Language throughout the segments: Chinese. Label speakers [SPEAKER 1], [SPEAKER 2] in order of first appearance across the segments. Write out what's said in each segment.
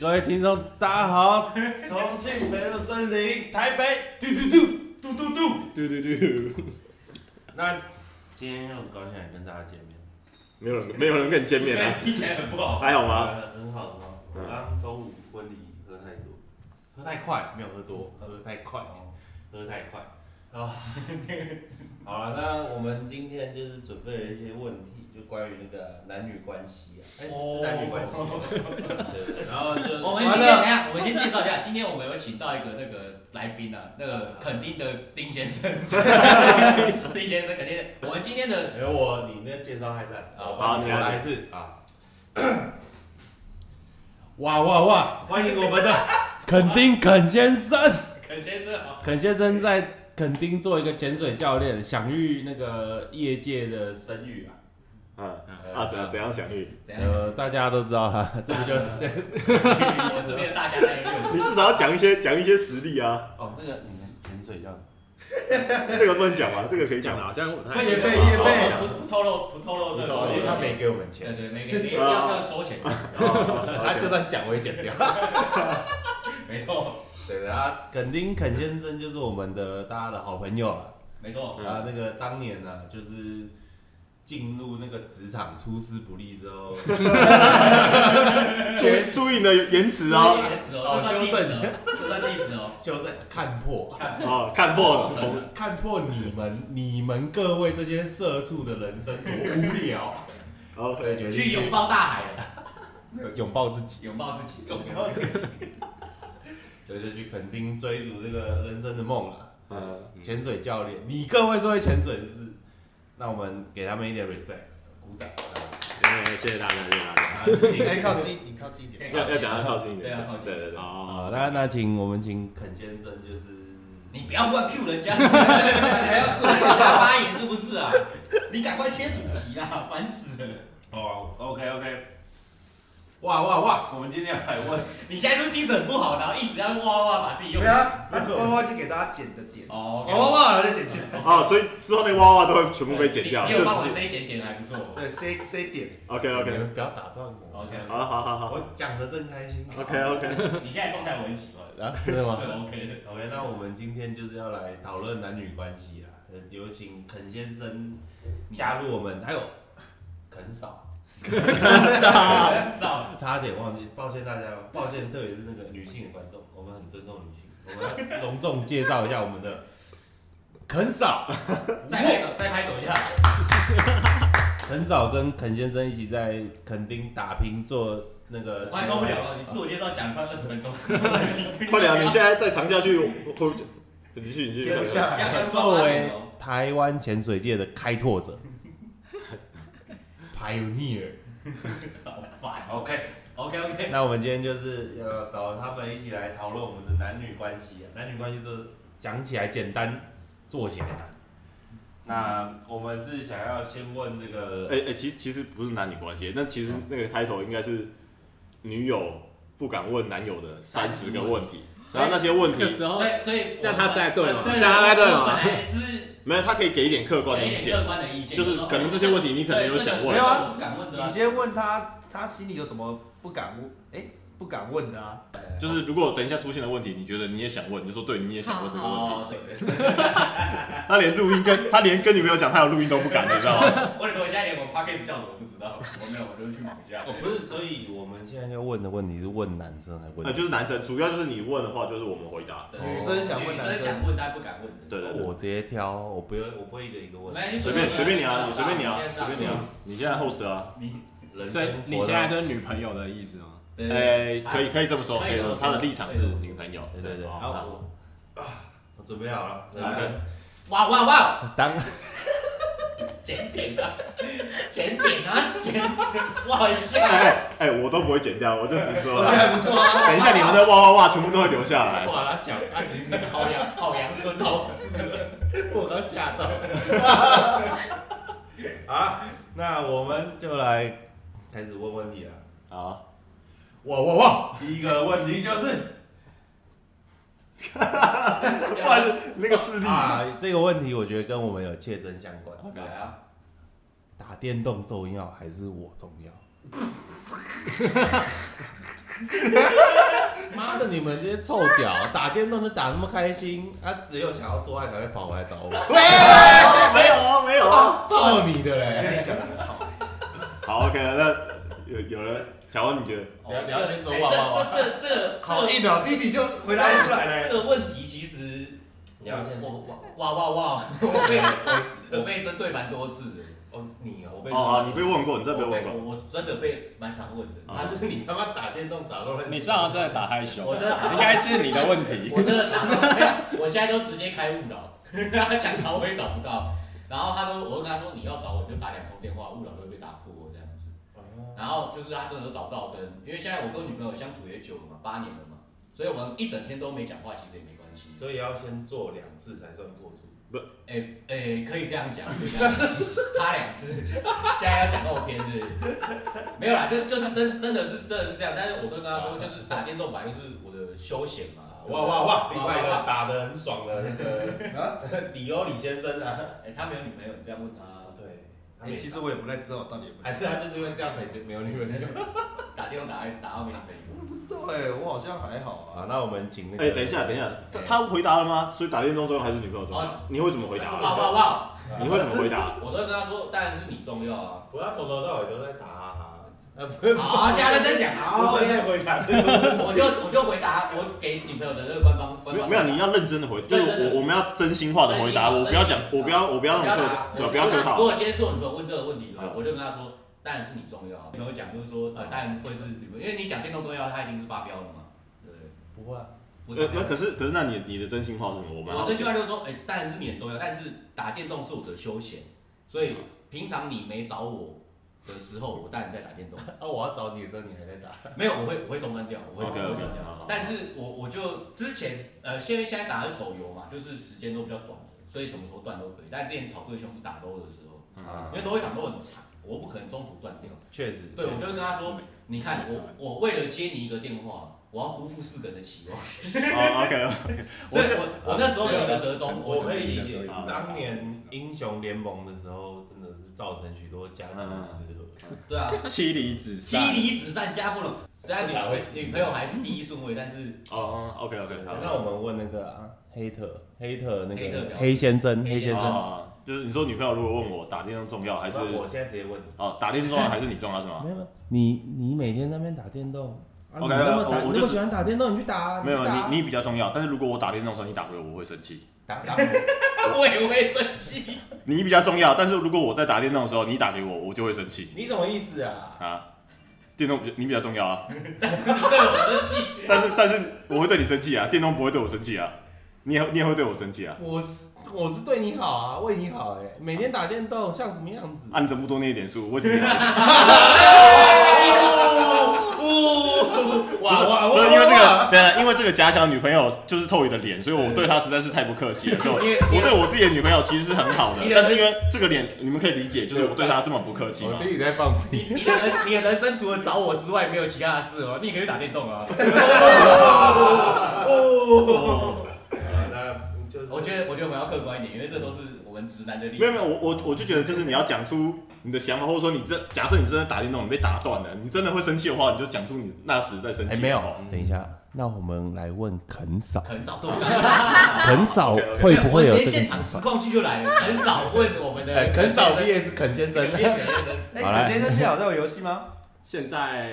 [SPEAKER 1] 各位听众，大家好！重庆没有森林，台北嘟嘟嘟嘟嘟嘟嘟嘟嘟。那今天很高兴来跟大家见面，
[SPEAKER 2] 没有人，没有人跟你见面啊，
[SPEAKER 3] 听起来很不好。
[SPEAKER 2] 还好吗？
[SPEAKER 1] 呃，很好很好。我
[SPEAKER 4] 嗯
[SPEAKER 1] 刚刚中午婚礼喝太多，喝太快，没有喝多，喝太快，
[SPEAKER 4] 哦
[SPEAKER 1] 喝太快。啊， 好了，那我们今天就是准备了一些问题，就关于那个男女关系啊，哎是男女关系吗，对对对然后就
[SPEAKER 3] 我们今天等一下，我们先介绍一下，今天我们有请到一个那个来宾啊，那个垦丁的丁先生，丁先生肯定，我们今天的
[SPEAKER 1] 没有我，你那介绍还在。
[SPEAKER 3] 好
[SPEAKER 1] 吧
[SPEAKER 2] 好你
[SPEAKER 1] 我
[SPEAKER 2] 来
[SPEAKER 1] 来一次啊！ 哇哇哇！欢迎我们 的垦丁垦先生，
[SPEAKER 3] 垦先生啊，
[SPEAKER 1] 垦先生在垦丁做一个潜水教练，享誉那个业界的声誉啊。
[SPEAKER 2] 嗯，
[SPEAKER 5] 呃
[SPEAKER 2] 啊，怎样怎样想你？
[SPEAKER 3] 怎样？
[SPEAKER 1] 呃，大家都知道他，这不 就是
[SPEAKER 3] 我身边的大家在用，
[SPEAKER 2] 你至少要讲一些 讲一些实力 啊，
[SPEAKER 1] 哦那个你们潜水教练，
[SPEAKER 2] 这个不能讲吗？这个可以讲
[SPEAKER 5] 讲的
[SPEAKER 2] 吗？
[SPEAKER 5] 好像我太
[SPEAKER 3] 不行
[SPEAKER 2] 业配业配
[SPEAKER 3] 不不不透露不透露那
[SPEAKER 1] 哦因为他
[SPEAKER 3] 个，
[SPEAKER 1] 没给我们
[SPEAKER 3] 对
[SPEAKER 1] 钱，
[SPEAKER 3] 对，没给你要不要收钱？
[SPEAKER 5] 啊
[SPEAKER 1] 他就算讲我也剪掉。
[SPEAKER 3] 没错
[SPEAKER 1] 对的啊，垦丁垦先生就是我们的大家的好朋友了。
[SPEAKER 3] 没错，
[SPEAKER 2] 嗯
[SPEAKER 1] 啊，那个当年呢、啊，就是进入那个职场出师不利之后，
[SPEAKER 2] 注意注意你的言辞哦，
[SPEAKER 3] 颜值哦，这算历史哦，这算历史哦，
[SPEAKER 1] 就在看破，
[SPEAKER 2] 哦，看 破了，从
[SPEAKER 1] 看破你们你们各位这些社畜的人生多无聊，
[SPEAKER 2] 哦，
[SPEAKER 1] 所以决定
[SPEAKER 3] 去拥抱大海了，
[SPEAKER 1] 拥抱自己，
[SPEAKER 3] 拥抱自己，拥抱自己，
[SPEAKER 1] 所以就去垦丁追逐这个人生的梦了。
[SPEAKER 2] 嗯，
[SPEAKER 5] 嗯
[SPEAKER 1] 潜水教练，你各位是会潜水是不是？那我们给他们一点 respect，鼓掌。
[SPEAKER 5] 对，谢谢大家，谢谢大家。
[SPEAKER 1] 啊请
[SPEAKER 4] 哎，靠近，你靠近一点。
[SPEAKER 2] 要要讲要靠近一
[SPEAKER 3] 对
[SPEAKER 2] 点
[SPEAKER 3] 啊，靠近
[SPEAKER 2] 对对对，
[SPEAKER 1] 啊，
[SPEAKER 5] 哦，
[SPEAKER 1] 那那请我们请肯先生就是。
[SPEAKER 3] 你不要乱 Q 人家， 还要自己发言是不是啊？你赶快切主题啦，烦死了！
[SPEAKER 5] 哦，OK OK，
[SPEAKER 1] 哇哇哇！我们今天要来问
[SPEAKER 3] 你现在都精神不好，然后一直要哇哇把自己用
[SPEAKER 4] 对。啊，花花就给大家剪的点。
[SPEAKER 3] 哦，
[SPEAKER 4] 花花再剪去。
[SPEAKER 2] 哦，所以之后那个娃娃都会全部被剪掉，
[SPEAKER 3] 你
[SPEAKER 2] 就
[SPEAKER 3] 有帮我
[SPEAKER 2] 是
[SPEAKER 3] 塞剪点还不错。
[SPEAKER 4] 对，C C 点。
[SPEAKER 2] OK
[SPEAKER 1] 你
[SPEAKER 2] OK，
[SPEAKER 1] 们不要打断我。
[SPEAKER 3] OK，
[SPEAKER 2] 好了好好好
[SPEAKER 1] 我讲的正开心。
[SPEAKER 2] ，OK OK，
[SPEAKER 3] 你现在状态我很喜欢，
[SPEAKER 1] 啊，真 的吗
[SPEAKER 3] 是 OK 的。
[SPEAKER 1] ？OK，那我们今天就是要来讨论男女关系啦。呃有请肯先生加入我们，还有肯嫂，
[SPEAKER 3] 很少，
[SPEAKER 1] 差点忘记，抱歉大家，抱歉，特别是那个女性的观众，我们很尊重女性，我们要隆重介绍一下我们的肯嫂。
[SPEAKER 3] 再拍手，再拍手一下。
[SPEAKER 1] 肯嫂跟肯先生一起在垦丁打拼，做那个
[SPEAKER 3] 我快受不了了，你自我介绍讲快二十分钟。
[SPEAKER 2] 快点啊，你现在再长下去，会不你去你去，
[SPEAKER 4] 停不下来。
[SPEAKER 3] 要
[SPEAKER 1] 作为
[SPEAKER 3] 哦
[SPEAKER 1] 台湾潜水界的开拓者，pioneer。
[SPEAKER 3] 好烦。
[SPEAKER 1] OK，
[SPEAKER 3] OK OK，
[SPEAKER 1] 那我们今天就是要找他们一起来讨论我们的男女关系、啊。男女关系这讲起来简单，做起来难。那我们是想要先问这个，
[SPEAKER 2] 哎哎，其实其实不是男女关系，那其实那个 title 应该是女友不敢问男友的三十个问题，然后那些
[SPEAKER 1] 哎
[SPEAKER 2] 问
[SPEAKER 5] 这个
[SPEAKER 2] 题
[SPEAKER 5] 时候
[SPEAKER 3] 所以所以
[SPEAKER 5] 这样他猜对吗
[SPEAKER 3] 对
[SPEAKER 5] 这样他猜对吗
[SPEAKER 3] 我本来是
[SPEAKER 2] 没有，他可以给一点客观的
[SPEAKER 3] 给一
[SPEAKER 2] 意
[SPEAKER 3] 点
[SPEAKER 2] 见，
[SPEAKER 3] 客观的意见，
[SPEAKER 2] 就是可能这些问题你可能有想问
[SPEAKER 3] 对这个没有啊，我是敢问的啊
[SPEAKER 4] 你。先问他，他心里有什么不敢问？哎，不敢问的啊。
[SPEAKER 2] 就是如果等一下出现的问题，你觉得你也想问，你就说对，你也想问这个问题。
[SPEAKER 3] 哦，对，
[SPEAKER 2] 他连录音跟他连跟女朋友讲他有录音都不敢，你知 道吗？
[SPEAKER 3] 我我现在连我 podcast 叫什么不知道，我没有，我就去忙一下。
[SPEAKER 1] 哦，不是，所以我们现在要问的问题是问男生啊还是问
[SPEAKER 2] 呃，
[SPEAKER 1] 女生？
[SPEAKER 2] 就是男生，主要就是你问的话，就是我们回答。
[SPEAKER 3] 对
[SPEAKER 4] 女生想问男
[SPEAKER 3] 女生
[SPEAKER 4] 生，
[SPEAKER 3] 想问但不敢问的。
[SPEAKER 2] 对对对，
[SPEAKER 1] 我直接挑，我不会，我不会一个一个问。
[SPEAKER 3] 对
[SPEAKER 2] 随便随便你啊，你随便你啊，随便你啊。，你现在 host 啊？
[SPEAKER 3] 你
[SPEAKER 1] 人
[SPEAKER 5] 所以
[SPEAKER 1] 生
[SPEAKER 5] 你
[SPEAKER 1] 活
[SPEAKER 5] 现
[SPEAKER 1] 到
[SPEAKER 5] 在就是女朋友的意思吗？
[SPEAKER 3] 对对
[SPEAKER 2] 哎，可以可以这么说，可以这么说，他的立场是女朋友。
[SPEAKER 1] 对对对，
[SPEAKER 5] 好
[SPEAKER 1] 好，
[SPEAKER 2] 好
[SPEAKER 1] 我我准备好了，
[SPEAKER 2] 来
[SPEAKER 1] 认
[SPEAKER 3] 哇哇哇，
[SPEAKER 1] 真。当
[SPEAKER 3] 检点啊，检点啊，检，哇一
[SPEAKER 2] 哎
[SPEAKER 3] 下，
[SPEAKER 2] 哎哎，我都不会剪掉，我就直说
[SPEAKER 4] 我觉得
[SPEAKER 2] 了。
[SPEAKER 4] 还不错啊。
[SPEAKER 2] 等一下你们的哇哇哇全部都会留下来。
[SPEAKER 3] 哇啦小啊，你那个好阳好阳春超死了，我都吓到。
[SPEAKER 1] 啊，那我们就来开始问问题了。
[SPEAKER 2] 好，
[SPEAKER 1] 哇哇哇！第一个问题就是
[SPEAKER 2] 不好意思，那个视力。
[SPEAKER 1] 啊，这个问题我觉得跟我们有切身相关。
[SPEAKER 3] 来啊。
[SPEAKER 1] 打电动重要还是我重要？ 妈的，你们这些臭屌，打电动就打那么开心，啊，只有想要做爱才会跑回来找 我，
[SPEAKER 2] 没有啊，没有啊。
[SPEAKER 1] 操你的
[SPEAKER 4] 我觉得
[SPEAKER 1] 嘞！
[SPEAKER 4] 你讲的很好，
[SPEAKER 2] 好，OK，那有有人，乔安，你觉得？
[SPEAKER 1] 你要你要先说
[SPEAKER 3] 哎
[SPEAKER 1] 哇哇哇
[SPEAKER 3] 这这这这个
[SPEAKER 4] 好硬哦，弟弟就回答出来了。
[SPEAKER 3] 这个问题其实
[SPEAKER 1] 你要先说
[SPEAKER 3] 我哇哇 哇，
[SPEAKER 1] 我被推死
[SPEAKER 3] 我
[SPEAKER 1] 了，
[SPEAKER 3] 被针对蛮多次的。
[SPEAKER 1] 哦你
[SPEAKER 3] 我
[SPEAKER 1] 哦，
[SPEAKER 3] 被
[SPEAKER 2] 哦啊，你被问过，你真的被
[SPEAKER 3] 我
[SPEAKER 2] 问
[SPEAKER 3] 被
[SPEAKER 2] 过。哦
[SPEAKER 3] 我真的被蛮常问的。
[SPEAKER 1] 还是你他妈打电动打到人，
[SPEAKER 5] 你上次真的打害 羞，啊
[SPEAKER 3] 我真的
[SPEAKER 5] 应该是你的问题
[SPEAKER 3] 我。真的想到没有，我现在都直接开勿扰， 想找我也找不到。然后他都，我就跟他说你要找我，你就打两通电话，勿扰都会被打破这样子。
[SPEAKER 1] 哦
[SPEAKER 3] 然后就是他真的都找不到灯，因为现在我跟女朋友相处也久了嘛，八年了嘛，所以我们一整天都没讲话，其实也没关系。
[SPEAKER 1] 所以要先做两次才算破处。
[SPEAKER 3] 哎、哎、可以这样讲， 可以这样讲差两次，现在要讲到我偏日，没有啦，就就是真真的是真的是这样，但是我都跟他
[SPEAKER 2] 啊
[SPEAKER 3] 说，就是打电动本来就是我的休闲嘛。
[SPEAKER 1] 哇哇哇！另
[SPEAKER 3] 哇
[SPEAKER 1] 外一
[SPEAKER 3] 哇
[SPEAKER 1] 个
[SPEAKER 3] 哇！
[SPEAKER 1] 打得很爽的那个
[SPEAKER 4] 啊，
[SPEAKER 1] 李欧李先生啊，哦
[SPEAKER 3] 哎、他没有女朋友，你这样问他，
[SPEAKER 1] 对，他
[SPEAKER 4] 哎，
[SPEAKER 1] 没
[SPEAKER 4] 其实我也不太知道我到底有没有
[SPEAKER 1] 还是他就是因为这样才就没有女朋友。
[SPEAKER 3] 打电动打打到没女朋友，
[SPEAKER 4] 不知道哎，我好像还好
[SPEAKER 1] 好，
[SPEAKER 4] 啊。
[SPEAKER 1] 那我们请那个，
[SPEAKER 2] 哎，等一下，等一下，他他回答了吗？所以打电动之后还是女朋友重要
[SPEAKER 3] 哦？
[SPEAKER 2] 你会怎么回
[SPEAKER 3] 哇
[SPEAKER 2] 答？
[SPEAKER 3] 哇哇！
[SPEAKER 2] 你会怎么 回答？
[SPEAKER 3] 我都跟他说，当然是你重要啊。
[SPEAKER 1] 不要从头到尾都在打啊，啊不是，
[SPEAKER 3] 好，现在在讲，好，
[SPEAKER 1] 不
[SPEAKER 3] 我
[SPEAKER 1] 正面
[SPEAKER 3] 就
[SPEAKER 1] 回答。
[SPEAKER 3] 我就我就回答我给女朋友的那个官方官
[SPEAKER 2] 没有
[SPEAKER 3] 方，
[SPEAKER 2] 没有，你要认真的回，就
[SPEAKER 3] 认
[SPEAKER 2] 是
[SPEAKER 3] 真地
[SPEAKER 2] 我我们要真心话的回答，
[SPEAKER 3] 真心话
[SPEAKER 2] 我不要
[SPEAKER 3] 真心话
[SPEAKER 2] 讲，我不要我不要那么
[SPEAKER 3] 打
[SPEAKER 2] 客，对，不要客
[SPEAKER 3] 如
[SPEAKER 2] 套。
[SPEAKER 3] 果今天是我女朋友问这个问题的话
[SPEAKER 2] 嗯，
[SPEAKER 3] 我就跟她说，当然是你重要啊。女朋友讲就是说，呃，当然会是女朋友，因为你讲电动重要，她一定是发飙了嘛，对不对？
[SPEAKER 1] 不会啊，
[SPEAKER 3] 不
[SPEAKER 2] 呃
[SPEAKER 3] 是，
[SPEAKER 2] 那可是可是，那你你的真心话是什么？我们
[SPEAKER 3] 我最喜欢就是说，哎，当然是你很重要，但是打电动是我的休闲，所以平常你没找我的时候，我当然在打 电动。
[SPEAKER 1] 啊我要找你的时候你还在打，
[SPEAKER 3] 没有，我会我会中断掉，我会中
[SPEAKER 2] OK
[SPEAKER 3] 断
[SPEAKER 2] OK
[SPEAKER 3] 掉。
[SPEAKER 2] 好。
[SPEAKER 3] 但是我我就之前呃，因为现在打的是手游嘛，就是时间都比较短的，所以什么时候断都可以。但之前吵最凶是打 LO 的时候，
[SPEAKER 2] 啊
[SPEAKER 3] 因为 LO 一场都很长，我不可能中途断掉。
[SPEAKER 1] 确实
[SPEAKER 3] 对，我就跟他说，你看
[SPEAKER 5] 没事
[SPEAKER 3] 我我为了接你一个电话，我要辜负四个人的期望，
[SPEAKER 2] 哦，OK，
[SPEAKER 3] 所以我我那时候有一个折中，
[SPEAKER 1] 我
[SPEAKER 3] 我
[SPEAKER 1] 可
[SPEAKER 3] 可
[SPEAKER 1] 以
[SPEAKER 3] 以
[SPEAKER 1] 理
[SPEAKER 3] 理
[SPEAKER 1] 解
[SPEAKER 3] 解。
[SPEAKER 5] 啊
[SPEAKER 1] 当年英雄联盟的时候，真的是造成许多家长的失和。
[SPEAKER 2] 嗯
[SPEAKER 3] 对啊，
[SPEAKER 5] 妻离子
[SPEAKER 3] 妻
[SPEAKER 5] 散，
[SPEAKER 3] 离子散加不拢，但女
[SPEAKER 1] 打回死
[SPEAKER 3] 女朋友还是第一顺位，但 是
[SPEAKER 2] 哦，OK OK，好。
[SPEAKER 1] 那我们问那个啊，黑特黑特那
[SPEAKER 3] 黑特
[SPEAKER 1] 个
[SPEAKER 3] 表
[SPEAKER 1] 黑先生黑
[SPEAKER 3] 黑
[SPEAKER 1] 先
[SPEAKER 3] 先
[SPEAKER 1] 生，
[SPEAKER 2] 啊，就是你说女朋友如果问我打电动重要还是
[SPEAKER 1] 那我现在直接问你。
[SPEAKER 2] 哦打电动重要还是你重要是吗
[SPEAKER 1] 没？有，没有你你每天在那边打电动，啊，你
[SPEAKER 2] OK，
[SPEAKER 1] 那么打，你
[SPEAKER 2] 我我就
[SPEAKER 1] 那么
[SPEAKER 2] 是
[SPEAKER 1] 喜欢打电动，你去打啊，
[SPEAKER 2] 没有，
[SPEAKER 1] 去打啊
[SPEAKER 2] 你你比较重要。但是如果我打电动的时候你打回我，我会生气。
[SPEAKER 1] 打打我，
[SPEAKER 3] 我也会生 气。
[SPEAKER 2] 你比较重要，但是如果我在打电动的时候你打给我，我就会生气
[SPEAKER 1] 你什么意思啊？
[SPEAKER 2] 啊。电动比较你比较重要啊，
[SPEAKER 3] 你对我生 气，
[SPEAKER 2] 但是但是我会对你生气啊，电动不会对我生气啊，你也你也会对我生气啊。
[SPEAKER 1] 我是我是对你好啊，为你好哎、每天打电动像什么样子？
[SPEAKER 2] 啊，你怎么不多念一点书？我只是不
[SPEAKER 1] 哇哇
[SPEAKER 2] 是因为这个，对啊，因为这个假想女朋友就是透宇的脸，所以我对她实在是太不客气了。对 我
[SPEAKER 3] 因为
[SPEAKER 2] 我对我自己的女朋友其实是很好的
[SPEAKER 3] 你，的
[SPEAKER 2] 但是因为这个脸，你们可以理解，就是我对她这么不客气嘛。
[SPEAKER 1] 弟弟在放屁，
[SPEAKER 3] 你你的人你的人生除了找我之外，没有其他的事哦。你可以打电动啊。
[SPEAKER 1] 那就是
[SPEAKER 3] 我觉得我觉得我们要客观一点，因为这都是我们直男的例
[SPEAKER 2] 没有
[SPEAKER 3] 子
[SPEAKER 2] 没。有，我我我就觉得就是你要讲出你的想法，或者说你这假设你真的打电动你被打断了，你真的会生气的话，你就讲出你那时在生气。
[SPEAKER 1] 哎、没有，等一下，那我们来问肯嫂，
[SPEAKER 3] 很少对我刚刚
[SPEAKER 1] 肯嫂会不啊会有
[SPEAKER 3] 哎我直
[SPEAKER 1] 这个
[SPEAKER 3] 接现
[SPEAKER 1] 想
[SPEAKER 3] 场实
[SPEAKER 1] 法？
[SPEAKER 3] 况哎剧就来了，很少 问我们的
[SPEAKER 1] 肯嫂
[SPEAKER 3] 先
[SPEAKER 1] VS 肯先生
[SPEAKER 3] 生，，肯先
[SPEAKER 4] 哎，
[SPEAKER 1] 好来
[SPEAKER 4] 你先生现在有在玩游戏吗？
[SPEAKER 5] 现在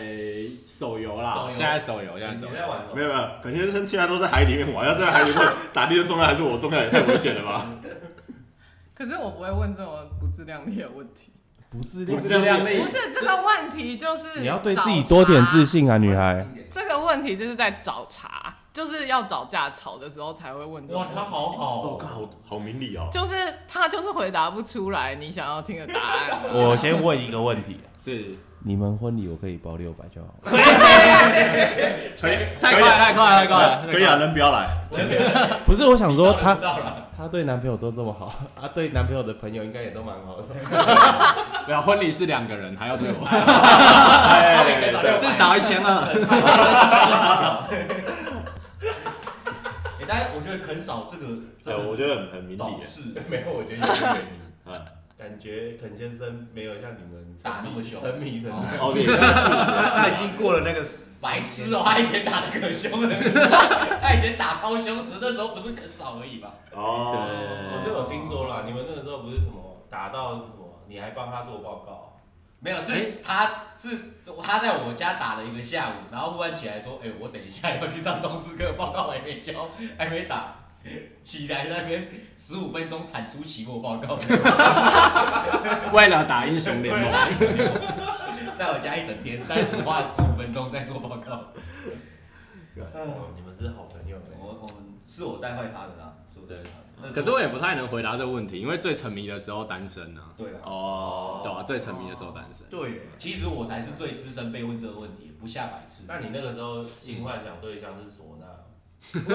[SPEAKER 5] 手游啦
[SPEAKER 3] 手，游
[SPEAKER 5] 现在手游，现在
[SPEAKER 3] 生，
[SPEAKER 5] 手游
[SPEAKER 3] 你。在玩什
[SPEAKER 2] 没
[SPEAKER 3] 么？
[SPEAKER 2] 有没有，肯先生现在都在海里面玩，要在海里面打地的重要还是我重要也太危险了吧？
[SPEAKER 6] 可是我不会问这种不自量力的问题，
[SPEAKER 1] 不自
[SPEAKER 5] 不自量力
[SPEAKER 6] 不是这个问题，就是
[SPEAKER 1] 哎你要对自己多点自
[SPEAKER 6] 信。
[SPEAKER 1] 信啊，女孩。
[SPEAKER 6] 这个问题就是在找茬，就是要找架吵的时候才会问这种
[SPEAKER 3] 哇
[SPEAKER 6] 问，题。
[SPEAKER 3] 他好好
[SPEAKER 2] 哦，
[SPEAKER 3] 哦。
[SPEAKER 2] 靠，好好明理哦。
[SPEAKER 6] 就是他就是回答不出来你想要听的答案。
[SPEAKER 1] 我先问一个问题，
[SPEAKER 5] 是
[SPEAKER 1] 你们婚礼我可以包六百就好 了。
[SPEAKER 2] 可以，
[SPEAKER 5] 太快了，太快了，太快了，
[SPEAKER 2] 可以啊，人不要来。
[SPEAKER 3] 我也没有想
[SPEAKER 1] 不是，我想说她
[SPEAKER 3] 到了，
[SPEAKER 1] 她对男朋友都这么好， 啊，对男朋友的朋友应该也都蛮好的。
[SPEAKER 5] 没有婚礼是两个人，还要对我，
[SPEAKER 3] 他每个找六百
[SPEAKER 5] 至少一千二。
[SPEAKER 3] 哎但是我觉得肯少这个，
[SPEAKER 2] 对，我觉得很很明理
[SPEAKER 3] 导
[SPEAKER 2] 耶。
[SPEAKER 3] 是
[SPEAKER 1] 没有，我觉得有
[SPEAKER 3] 哎
[SPEAKER 1] 点原因
[SPEAKER 2] 嗯。
[SPEAKER 1] 感觉肯先生没有像你们沉迷
[SPEAKER 3] 打那么凶
[SPEAKER 1] 沉迷成这样。
[SPEAKER 2] 哦，对，
[SPEAKER 4] 他他已经过了那个
[SPEAKER 3] 白痴 哦、他以前打的 可凶了，他以前打超凶，只是那时候不是很少而已吧？
[SPEAKER 2] 哦，
[SPEAKER 5] 呃
[SPEAKER 1] 我是有听说啦，你们那个时候不是什么打到什么，你还帮他做报告，
[SPEAKER 3] 没有，
[SPEAKER 5] 哎
[SPEAKER 3] 是他是他在我家打了一个下午，然后忽然起来说，哎、我等一下要去上通识课，报告还没交， 还没打，起来在那边十五分钟产出期末报告，
[SPEAKER 5] 为了打英雄联盟，
[SPEAKER 3] 在我家一整天，但是只花了十五分钟在做报告。
[SPEAKER 1] 哦你们是好朋友欸
[SPEAKER 3] 我我们是我带坏他的啦，是我带坏他的。
[SPEAKER 5] 可是我也不太能回答这个问题，因为最沉迷的时候单身啊，
[SPEAKER 3] 对了，
[SPEAKER 2] 哦，
[SPEAKER 5] 对吧、最沉迷的时候单身，
[SPEAKER 4] 对耶，
[SPEAKER 3] 其实我才是最资深被问这个问题，不下百次。
[SPEAKER 1] 那你那个时候性幻想对象是唢呐？
[SPEAKER 3] 没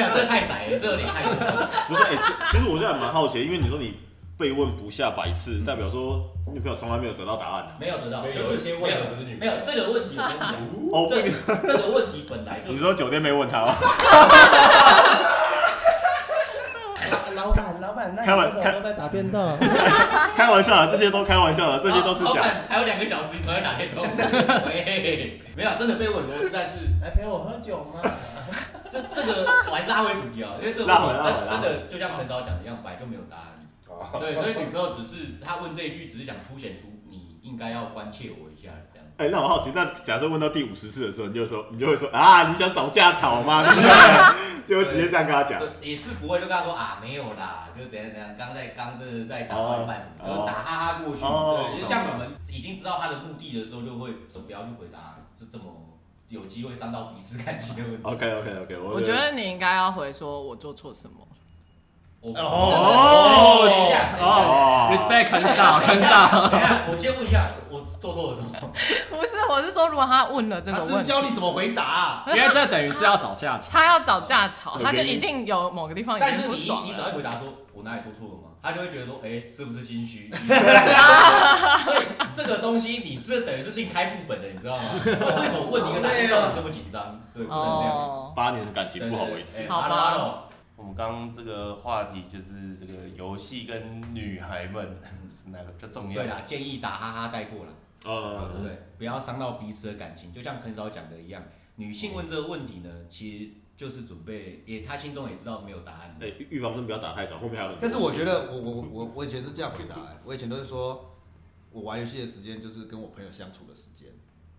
[SPEAKER 3] 有，这太窄了，这有点太窄了。
[SPEAKER 2] 不是，哎、其其实我现在蛮好奇，因为你说你被问不下百次，代表说女朋友从来没有得到答案啊。
[SPEAKER 3] 没有得到，
[SPEAKER 1] 没
[SPEAKER 3] 就
[SPEAKER 1] 有有一
[SPEAKER 3] 是
[SPEAKER 1] 些问的不是女
[SPEAKER 3] 没
[SPEAKER 1] 朋友
[SPEAKER 3] 有，这个问题，我跟你讲，
[SPEAKER 2] 哦，不
[SPEAKER 3] 这个这个问题本来就
[SPEAKER 2] 你
[SPEAKER 3] 是
[SPEAKER 2] 说酒店没问他吗？
[SPEAKER 7] 老板，老板，那
[SPEAKER 2] 开
[SPEAKER 7] 你
[SPEAKER 2] 玩
[SPEAKER 7] 为什么都在打电 动？
[SPEAKER 2] 开玩笑的，这些都开玩笑的，这些都是
[SPEAKER 3] 老
[SPEAKER 2] 假的。
[SPEAKER 3] 板还有两个小时，你才会打电动。喂，没有，真的被问很多次，但是
[SPEAKER 7] 来陪我喝酒吗？
[SPEAKER 3] 这这个我还是拉回主题啊，因为这个
[SPEAKER 2] 拉回
[SPEAKER 3] 问
[SPEAKER 2] 拉
[SPEAKER 3] 题
[SPEAKER 2] 回
[SPEAKER 3] 真
[SPEAKER 2] 拉
[SPEAKER 3] 真
[SPEAKER 2] 回
[SPEAKER 3] 的就像很早讲的一样，本来就没有答案。对，所以女朋友只是她问这一句，只是想凸显出你应该要关切我一下这样。
[SPEAKER 2] 哎、那我好奇，那假设问到第五十次的时候，你就说，你就会说啊，你想找架吵吗？对不对？就会直接这样跟他讲。
[SPEAKER 3] 对，也是不会就跟他说啊，没有啦，就怎样怎样，刚在刚真的在打到一半什么，
[SPEAKER 2] 哦
[SPEAKER 3] 就打哈哈过去。
[SPEAKER 2] 哦
[SPEAKER 3] 对，就像我们已经知道他的目的的时候，就会不要去回答这这么有机会伤到彼此感情的问题。
[SPEAKER 2] OK OK OK，我
[SPEAKER 6] 我觉得你应该要回说我做错什么，
[SPEAKER 3] 我
[SPEAKER 5] 哦
[SPEAKER 3] 等一下，等一下
[SPEAKER 2] 哦
[SPEAKER 5] respect 很 少很少，
[SPEAKER 3] 等一下，我先问一下，我做错了什么？
[SPEAKER 6] 不是，我是说如果他问了这
[SPEAKER 4] 他
[SPEAKER 6] 个
[SPEAKER 4] 只是
[SPEAKER 6] 问题
[SPEAKER 4] 教，你怎么回答啊。
[SPEAKER 5] 因为这等于是要找下场。
[SPEAKER 6] 他要找架吵，
[SPEAKER 2] 有
[SPEAKER 6] 他就
[SPEAKER 2] 原因
[SPEAKER 6] 一定有某个地方已
[SPEAKER 3] 但
[SPEAKER 6] 经
[SPEAKER 3] 是
[SPEAKER 6] 不
[SPEAKER 3] 你
[SPEAKER 6] 爽
[SPEAKER 3] 你只要
[SPEAKER 6] 了。哦
[SPEAKER 3] 回答说我哪里做错了嘛，他就会觉得说，哎、是不是心虚？所以这个东西你这等于是另开副本的，你知道吗？为什么问你一个男的你这么紧张？对，不能这样子。
[SPEAKER 6] 哦，
[SPEAKER 2] 八年的感情不好维持。
[SPEAKER 3] 对
[SPEAKER 6] 好吧，
[SPEAKER 1] 我们刚刚这个话题就是这个游戏跟女孩们 是哪个比较重
[SPEAKER 3] 对
[SPEAKER 1] 要
[SPEAKER 3] 对？啦，建议打哈哈带过了，对
[SPEAKER 2] 呃
[SPEAKER 3] 不，对？不要伤到彼此的感情，就像很早讲的一样，女性问这个问题呢，其实就是准备，也她心中也知道没有答案
[SPEAKER 2] 哎、
[SPEAKER 3] 的。
[SPEAKER 2] 预预防针不要打太少，后面还有很多。
[SPEAKER 4] 但是我觉得我我我我以前都这样回答、欸，我以前都是说，我玩游戏的时间就是跟我朋友相处的时间，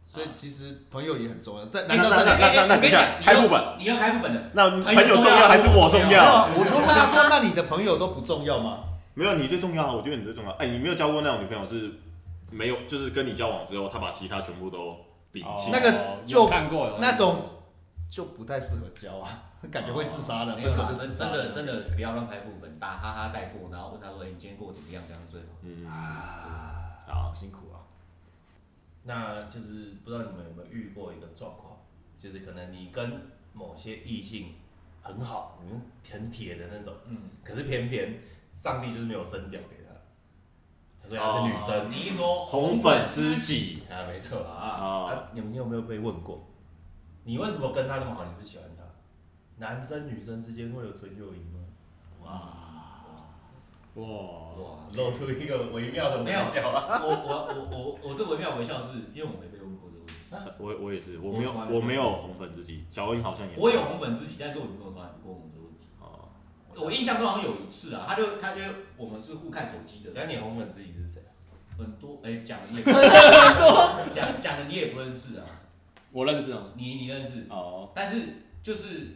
[SPEAKER 4] 所以其实朋友也很重要。但
[SPEAKER 2] 那
[SPEAKER 4] 难道真的？
[SPEAKER 2] 那那那
[SPEAKER 3] 我跟你讲
[SPEAKER 2] 等一下开副本，
[SPEAKER 3] 你要开副本的，
[SPEAKER 2] 那朋友重要还是我重
[SPEAKER 4] 没有
[SPEAKER 2] 要？
[SPEAKER 4] 啊，我都问他说，那你的朋友都不重要吗？
[SPEAKER 2] 没有，你最重要啊，我觉得你最重要。哎、你没有交过那种女朋友是没有，就是跟你交往之后，她把其他全部都摒
[SPEAKER 1] 哦
[SPEAKER 2] 弃。
[SPEAKER 4] 那个就
[SPEAKER 5] 看过有
[SPEAKER 4] 那种就不太适合交啊， 感觉会自杀的，
[SPEAKER 3] 哦没有
[SPEAKER 4] 分手
[SPEAKER 3] 啦，
[SPEAKER 4] 就
[SPEAKER 3] 真
[SPEAKER 4] 自
[SPEAKER 3] 真
[SPEAKER 4] 杀
[SPEAKER 3] 的真的不要乱开副本，打哈哈带过，然后问他说：“哎、你今天过得怎么样？”这样最好。
[SPEAKER 2] 嗯，
[SPEAKER 4] 好
[SPEAKER 2] 好，
[SPEAKER 4] 辛苦啊。
[SPEAKER 1] 那就是不知道你们有没有遇过一个状况，就是可能你跟某些异性很好，你们很铁的那种，
[SPEAKER 4] 嗯，
[SPEAKER 1] 可是偏偏上帝就是没有生屌给他，他说她是女生，
[SPEAKER 3] 你一说
[SPEAKER 2] 红粉知己
[SPEAKER 1] 啊，没错啊。
[SPEAKER 2] 啊，
[SPEAKER 1] 啊，你们有没有被问过？你为什么跟他那么好？你是不是喜欢他？男生女生之间会有纯友谊吗？
[SPEAKER 5] 哇，
[SPEAKER 3] 哇，
[SPEAKER 1] 露出一个微妙的微笑啊！
[SPEAKER 3] 我我我我我这惟妙惟肖是因为我没被问过这个问题，
[SPEAKER 2] 我我也是，我没有
[SPEAKER 3] 我从来没有
[SPEAKER 2] 我没有红粉知己，小恩好像也没
[SPEAKER 3] 我有红粉知己，但是我女朋友从来不跟我问这个问题。
[SPEAKER 2] 哦，
[SPEAKER 3] 我印象中好像有一次啊，他就他就我们是互看手机的，
[SPEAKER 1] 那你红粉知己是谁？啊
[SPEAKER 3] 很多哎讲的你也不认识，讲讲的你也不认识啊，
[SPEAKER 5] 我认识哦。
[SPEAKER 3] 你你认识，
[SPEAKER 5] 哦，
[SPEAKER 3] 但是就是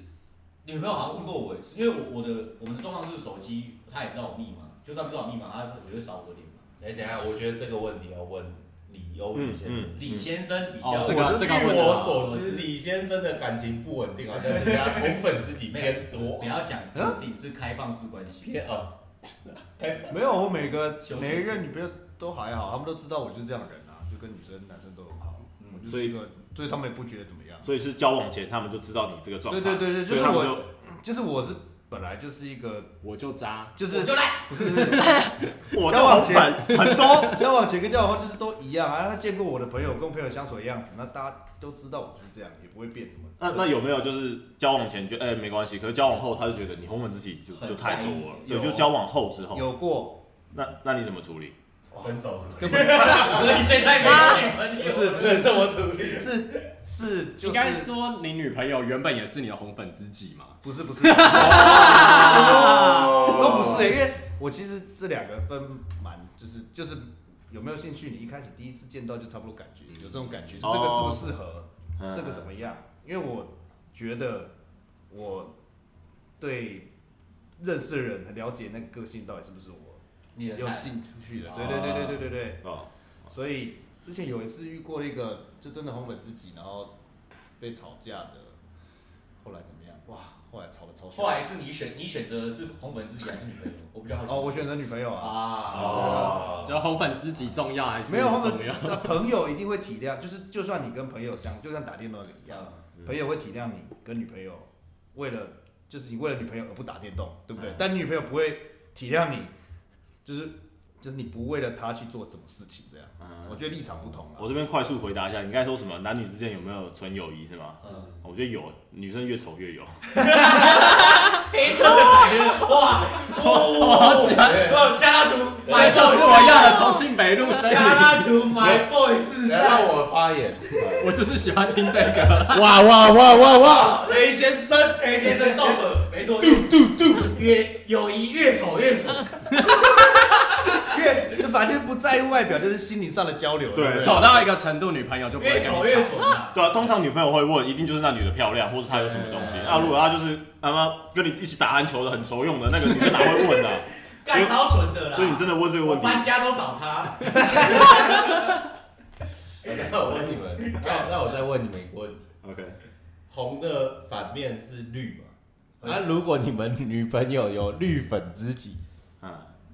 [SPEAKER 3] 女朋友好像问过我一次，因为我我的我们的状况是手机，她也知道我密码，就算不知道我密码，她是我就扫我的脸嘛。
[SPEAKER 1] 哎，等一下，我觉得这个问题要问李欧李先生。
[SPEAKER 3] 李先生比
[SPEAKER 5] 哦
[SPEAKER 3] 较
[SPEAKER 5] 这
[SPEAKER 1] 我
[SPEAKER 5] 个
[SPEAKER 1] 的
[SPEAKER 5] 这个
[SPEAKER 1] 据
[SPEAKER 5] 问得
[SPEAKER 1] 我
[SPEAKER 5] 好
[SPEAKER 1] 所知，李先生的感情不稳定，好像是他红粉知 己偏多
[SPEAKER 3] 不。要讲固定是开放式关系，
[SPEAKER 1] 偏啊，开
[SPEAKER 4] 没有，我每个
[SPEAKER 3] 修
[SPEAKER 4] 每一
[SPEAKER 3] 剪
[SPEAKER 4] 任女朋友都还好，他们都知道我就是这样的人啊，就跟女生男生都很好，我就
[SPEAKER 2] 所
[SPEAKER 4] 是
[SPEAKER 2] 以
[SPEAKER 4] 一个，嗯所以他们也不觉得怎么样。
[SPEAKER 2] 所以是交往前他们就知道你这个状态，
[SPEAKER 4] 对对对对
[SPEAKER 2] 所以他们就
[SPEAKER 4] 就是我是本来就是一个，
[SPEAKER 5] 我就渣，
[SPEAKER 4] 就是
[SPEAKER 3] 我就来，
[SPEAKER 4] 不是不是。
[SPEAKER 2] 我就红粉很 多，
[SPEAKER 4] 交往前跟交往后就是都一样啊，他见过我的朋友，跟我朋友相处的样子，那大家都知道我是这样，也不会变什么。
[SPEAKER 2] 那那有没有就是交往前就哎、没关系，可是交往后他就觉得你红粉知己就
[SPEAKER 3] 很
[SPEAKER 2] 就太多了，
[SPEAKER 4] 在意
[SPEAKER 2] 对，
[SPEAKER 4] 有
[SPEAKER 2] 就交往后之后，
[SPEAKER 4] 有过，
[SPEAKER 2] 那那你怎么处理？
[SPEAKER 3] 分手是
[SPEAKER 4] 根 本
[SPEAKER 3] 所以现在没
[SPEAKER 1] 啊
[SPEAKER 3] 有女朋友，
[SPEAKER 4] 不是不
[SPEAKER 3] 是这么处理。
[SPEAKER 4] 是是就
[SPEAKER 5] 应该
[SPEAKER 4] 是
[SPEAKER 5] 说你女朋友原本也是你的红粉知己嘛？
[SPEAKER 4] 不是不是，都不是欸因为我其实这两个分蛮就是就是有没有兴趣，你一开始第一次见到就差不多感觉有这种感觉，是这个适不适合，
[SPEAKER 2] 嗯
[SPEAKER 4] 这个怎么样？因为我觉得我对认识的人很了解那个个性到底是不是我
[SPEAKER 3] 你的
[SPEAKER 4] 有
[SPEAKER 3] 菜，
[SPEAKER 4] 兴趣的，
[SPEAKER 3] 哦
[SPEAKER 4] 对对对对对对对。
[SPEAKER 2] 哦，
[SPEAKER 4] 所以之前有一次遇过一个就真的红粉知己，然后被吵架的，后来怎么样？哇，后来吵得超凶。
[SPEAKER 3] 后来是你选，你选择的是红粉知己还是女朋友？我比较好奇。
[SPEAKER 4] 哦，我选择女朋友啊，
[SPEAKER 1] 哦
[SPEAKER 3] 啊，
[SPEAKER 5] 就红粉知己重要还是
[SPEAKER 4] 没有红
[SPEAKER 5] 重
[SPEAKER 4] 粉
[SPEAKER 5] 要？
[SPEAKER 4] 那朋友一定会体谅，就是就算你跟朋友相，就算打电动一样，
[SPEAKER 2] 嗯
[SPEAKER 4] 朋友会体谅你跟女朋友为了就是你为了女朋友而不打电动，对不对？
[SPEAKER 3] 嗯
[SPEAKER 4] 但女朋友不会体谅你，就是就是你不为了她去做什么事情这样。
[SPEAKER 2] 嗯
[SPEAKER 4] 我觉得立场不同啊
[SPEAKER 2] 我。这边快速回答一下，你刚才说什么？男女之间有没有纯友谊是吗？哦
[SPEAKER 3] 是是
[SPEAKER 2] 我觉得有，女生越丑越有。
[SPEAKER 3] 黑特的来了，哇，我好喜欢，哦，下拉图，
[SPEAKER 5] 这就是我要的重庆北路
[SPEAKER 3] 下
[SPEAKER 5] 生意，
[SPEAKER 3] 拉图，My Boy 四
[SPEAKER 1] 让
[SPEAKER 3] 三，
[SPEAKER 1] 我发言。
[SPEAKER 5] 我就是喜欢听这个。
[SPEAKER 7] 哇哇哇哇哇！
[SPEAKER 3] 雷先生，雷先生到了，没错，嘟嘟嘟，越友谊越丑越丑，
[SPEAKER 4] 因为就反正不在乎外表，就是心灵上的交流。
[SPEAKER 2] 对
[SPEAKER 4] 不
[SPEAKER 5] 丑到一个程度，女朋友就不会
[SPEAKER 3] 越
[SPEAKER 5] 跟你
[SPEAKER 3] 丑越
[SPEAKER 5] 吵。
[SPEAKER 3] 丑嘛。
[SPEAKER 2] 对啊，通常女朋友会问，一定就是那女的漂亮，或是她有什么东西。那如果她就是他妈跟你一起打篮球的很熟用的那个，你就哪会问啊？
[SPEAKER 3] 干超纯的啦！
[SPEAKER 2] 所以你真的问这个
[SPEAKER 3] 我
[SPEAKER 2] 问题，
[SPEAKER 3] 搬家都找他，
[SPEAKER 1] 那我问你们，那那我再问你们一个问题：
[SPEAKER 2] OK，
[SPEAKER 1] 红的反面是绿嘛？那如果你们女朋友有绿粉知己，
[SPEAKER 2] 嗯，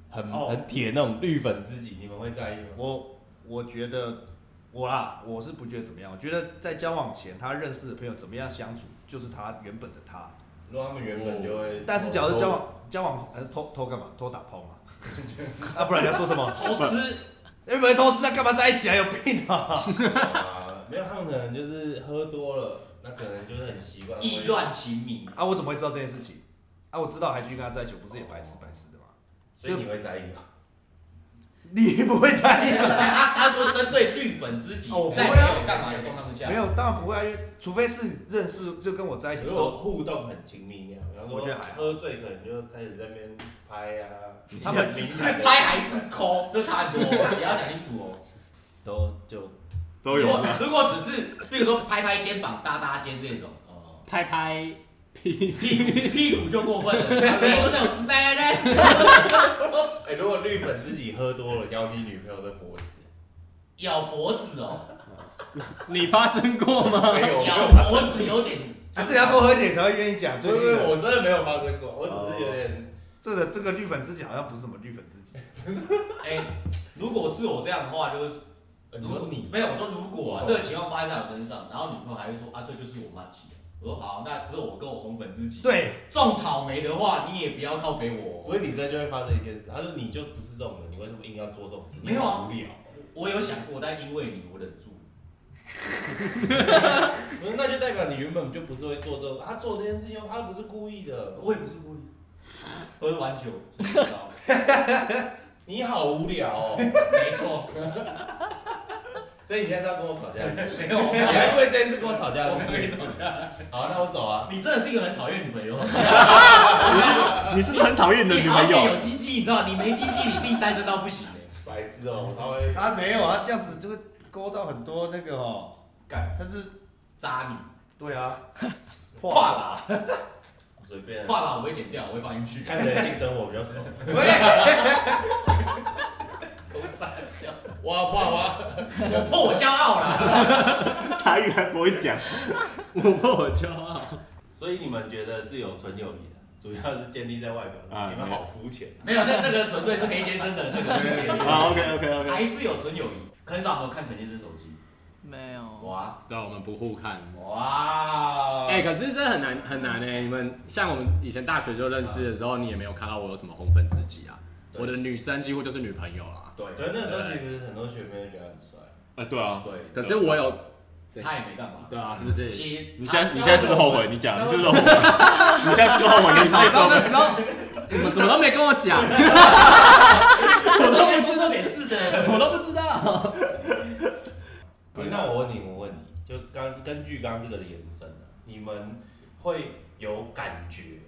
[SPEAKER 1] 很
[SPEAKER 4] 哦
[SPEAKER 1] 很铁那种绿粉知己，你们会在意吗？
[SPEAKER 4] 我我觉得我啦，我是不觉得怎么样。我觉得在交往前，他认识的朋友怎么样相处，就是他原本的他。
[SPEAKER 1] 如果他们原本就会，
[SPEAKER 4] 但是，假如交往交往呃偷偷干嘛？偷打炮嘛？ 啊，不然你要说什么？
[SPEAKER 3] 投资
[SPEAKER 4] 又没偷吃，那干嘛在一起啊？有病啊！
[SPEAKER 1] 啊，没有，他们可能就是喝多了，那可能就是很习惯
[SPEAKER 3] 意乱情迷，
[SPEAKER 4] 啊，我怎么会知道这件事情？啊，我知道还继续跟他在一起，我不是也白痴白痴的吗？
[SPEAKER 1] 所以你会在意吗？
[SPEAKER 4] 你不会在意啊？
[SPEAKER 3] 他他说针对绿粉知己，
[SPEAKER 4] 哦我不
[SPEAKER 3] 在
[SPEAKER 4] 会啊
[SPEAKER 3] 没有干嘛有状况之下，
[SPEAKER 4] 没有，当然不会啊，因为除非是认识就哦跟我在一起之
[SPEAKER 1] 如
[SPEAKER 4] 后，
[SPEAKER 1] 果互动很亲密那样，比方
[SPEAKER 4] 我觉
[SPEAKER 1] 说
[SPEAKER 4] 得还好
[SPEAKER 1] 喝醉可能就开始在那边拍啊，
[SPEAKER 4] 嗯他们
[SPEAKER 1] 一些敏
[SPEAKER 3] 是
[SPEAKER 1] 感的
[SPEAKER 3] 拍还是抠，这差很多哦，你要讲清楚哦。
[SPEAKER 1] 都就
[SPEAKER 2] 都
[SPEAKER 3] 如
[SPEAKER 2] 有
[SPEAKER 3] 果。如果只是，比如说拍拍肩膀、搭搭肩这种，
[SPEAKER 1] 哦，
[SPEAKER 5] 拍拍屁，
[SPEAKER 3] 屁屁股就过分了，没有那种 smell 呢，
[SPEAKER 1] 哎，如果绿粉自己喝多了 咬你女朋友的脖子，
[SPEAKER 3] 咬脖子哦，
[SPEAKER 5] 你发生过吗？
[SPEAKER 1] 没有，我没
[SPEAKER 3] 咬
[SPEAKER 1] 有发
[SPEAKER 3] 脖
[SPEAKER 1] 生
[SPEAKER 3] 子有点，
[SPEAKER 4] 还是你要多喝一点才会愿意讲。最
[SPEAKER 1] 不
[SPEAKER 4] 近
[SPEAKER 1] 是，
[SPEAKER 4] 的哦
[SPEAKER 1] 我真的没有发生过，我只是有点
[SPEAKER 4] 这个这个绿粉知己好像不是什么绿粉知己，
[SPEAKER 3] 哎，如果是我这样的话，就是。
[SPEAKER 1] 呃你说你
[SPEAKER 3] 没有，我说如果啊，这个情况发生在我身上，然后女朋友还会说啊，这就是我慢起的。我说好，那只有我跟我红粉知己。，
[SPEAKER 4] 对，
[SPEAKER 3] 种草莓的话，你也不要靠北我。
[SPEAKER 1] 不是你这就会发生一件事，他说你就不是这种人，你为什么硬要做这种事？
[SPEAKER 3] 没有啊
[SPEAKER 1] 你很无聊。
[SPEAKER 3] 我有想过，但因为你，我忍住。
[SPEAKER 1] 不嗯是，那就代表你原本就不是会做这种，他做这件事情，他不是故意的。
[SPEAKER 3] 我也不是故意，喝完酒谁知道？
[SPEAKER 1] 你好无聊哦，
[SPEAKER 3] 没错，
[SPEAKER 1] 所以你现在是要 跟我吵架？
[SPEAKER 3] 没有，我
[SPEAKER 1] 你
[SPEAKER 3] 没有
[SPEAKER 1] 还因为这件事跟我吵架？
[SPEAKER 3] 我没
[SPEAKER 1] 是不
[SPEAKER 3] 有跟
[SPEAKER 1] 是
[SPEAKER 3] 你吵架。
[SPEAKER 1] 好，那我走啊。
[SPEAKER 3] 你真的是一个很讨厌女朋友，
[SPEAKER 2] 你是不是很讨厌你的
[SPEAKER 3] 你
[SPEAKER 2] 女
[SPEAKER 3] 好
[SPEAKER 2] 朋
[SPEAKER 3] 险
[SPEAKER 2] 友
[SPEAKER 3] 有？鸡鸡，你知道，你没鸡鸡，你一定单身到不行欸
[SPEAKER 1] 白痴哦、我稍微
[SPEAKER 4] 他没有啊，这样子就会勾到很多那个哦，
[SPEAKER 3] 干
[SPEAKER 4] 他是
[SPEAKER 3] 渣女，
[SPEAKER 4] 对啊，
[SPEAKER 3] 跨啦，
[SPEAKER 1] 随便
[SPEAKER 3] 跨啦，我会剪掉，我会放进去。
[SPEAKER 1] 看谁性生活比较 熟。
[SPEAKER 3] 我傻笑，
[SPEAKER 1] 哇哇哇！
[SPEAKER 3] 我破我骄傲 啦。
[SPEAKER 2] 台语还不会讲，
[SPEAKER 5] 我怕我骄傲。
[SPEAKER 1] 所以你们觉得是有纯友谊的，主要是建立在外表上。
[SPEAKER 2] 啊
[SPEAKER 1] 你们好肤浅。
[SPEAKER 3] 没有，那那个纯粹是黑先生的那个世界里，
[SPEAKER 2] 好 OK OK OK，
[SPEAKER 3] 还是有纯友谊。很少有看陈先生手机，
[SPEAKER 6] 没
[SPEAKER 2] 哦
[SPEAKER 6] 有，
[SPEAKER 3] 哇
[SPEAKER 5] 对，我们不互看。
[SPEAKER 3] 哇，
[SPEAKER 5] 哎、可是这很难很难哎、你们像我们以前大学就认识的时候，你也没有看到我有什么红粉知己啊。
[SPEAKER 3] 对
[SPEAKER 5] 我的女生几乎就是女朋友啊啦。
[SPEAKER 3] 对
[SPEAKER 1] 可是那时候其实很多学妹都觉得很帅。
[SPEAKER 2] 哎对啊，
[SPEAKER 3] 对，
[SPEAKER 5] 可是我有，
[SPEAKER 3] 他也没干嘛，
[SPEAKER 5] 对啊，是不是？
[SPEAKER 3] 其实
[SPEAKER 2] 你现在你现在是不是后悔？你讲，你是不是后悔？啊 你现在是不是后悔？你
[SPEAKER 5] 早
[SPEAKER 2] 那时
[SPEAKER 5] 上
[SPEAKER 2] 候
[SPEAKER 5] 的时候，你们怎么都没跟我讲？
[SPEAKER 6] 大
[SPEAKER 3] 我都
[SPEAKER 6] 声
[SPEAKER 3] 不知道点是的。
[SPEAKER 5] 我都不知道。
[SPEAKER 2] 啊
[SPEAKER 1] 对，那我问你个问题，就刚根据刚刚这个的延伸啊，你们会有感觉，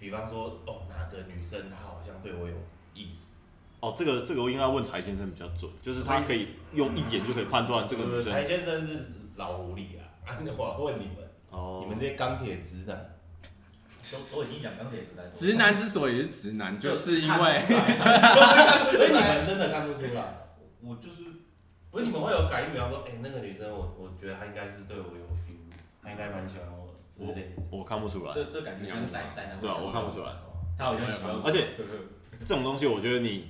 [SPEAKER 1] 比方说哦，哪个女生她好像对我有意思，
[SPEAKER 2] 哦，这个这个我应该问台先生比较准，就是他可以用一眼就可以判断这个女生
[SPEAKER 1] 台先生是老狐狸啊，啊我要问你们，
[SPEAKER 2] 哦
[SPEAKER 1] 你们这些钢铁直 男，
[SPEAKER 3] 都都已经讲钢铁直男，
[SPEAKER 5] 直男之所以是直男，就是因为
[SPEAKER 2] 啊
[SPEAKER 1] 所以你们真的看不出来，
[SPEAKER 3] 我就是
[SPEAKER 1] 不是你们会有感应，比方说，哎、那个女生我我觉得她应该是对我有 feel，她应该蛮喜欢我的之类的，
[SPEAKER 2] 我看不出来，
[SPEAKER 3] 这这感觉像宅宅男会讲话，
[SPEAKER 2] 对啊，我看不出来。
[SPEAKER 3] 他好像喜欢我，
[SPEAKER 2] 而且
[SPEAKER 3] 呵呵
[SPEAKER 2] 这种东西，我觉得你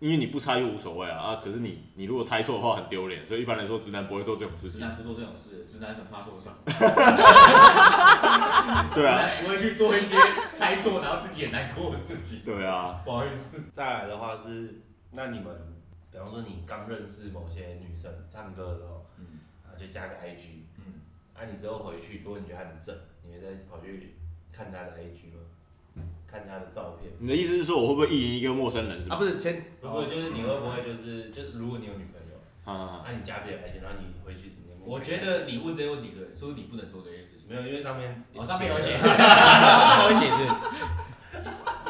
[SPEAKER 2] 因为你不猜又无所谓啊啊，可是你你如果猜错的话很丢脸，所以一般来说直男不会做这种事
[SPEAKER 3] 直
[SPEAKER 2] 情。
[SPEAKER 3] 男不做这种事，直男很怕受伤，
[SPEAKER 2] 对啊，
[SPEAKER 3] 直男不会去做一些猜错然后自己也难过的事情。
[SPEAKER 2] 对啊，
[SPEAKER 3] 不好意思，
[SPEAKER 1] 再来的话是，那你们，比方说你刚认识某些女生唱歌的时候，
[SPEAKER 3] 嗯
[SPEAKER 1] 然后就加个 IG，
[SPEAKER 3] 嗯，
[SPEAKER 1] 啊，你之后回去，如果你觉得她很正，你会再跑去看她的 IG 吗？看她的照
[SPEAKER 3] 哦
[SPEAKER 1] 片？
[SPEAKER 2] 你的意思是说我会不会意淫一个陌生人是
[SPEAKER 4] 啊，
[SPEAKER 2] 吧？
[SPEAKER 4] 不是前
[SPEAKER 1] 如果就是你会不会就是就是如果你有女朋友，
[SPEAKER 2] 啊，
[SPEAKER 1] 啊，你加别人 IG，然后你回去里面看，
[SPEAKER 3] 我觉得你问这些问题的人，说你不能做这些事情。
[SPEAKER 1] 没有，因为上面
[SPEAKER 3] 哦，上面有 写，
[SPEAKER 1] 写，
[SPEAKER 3] 上面有写是。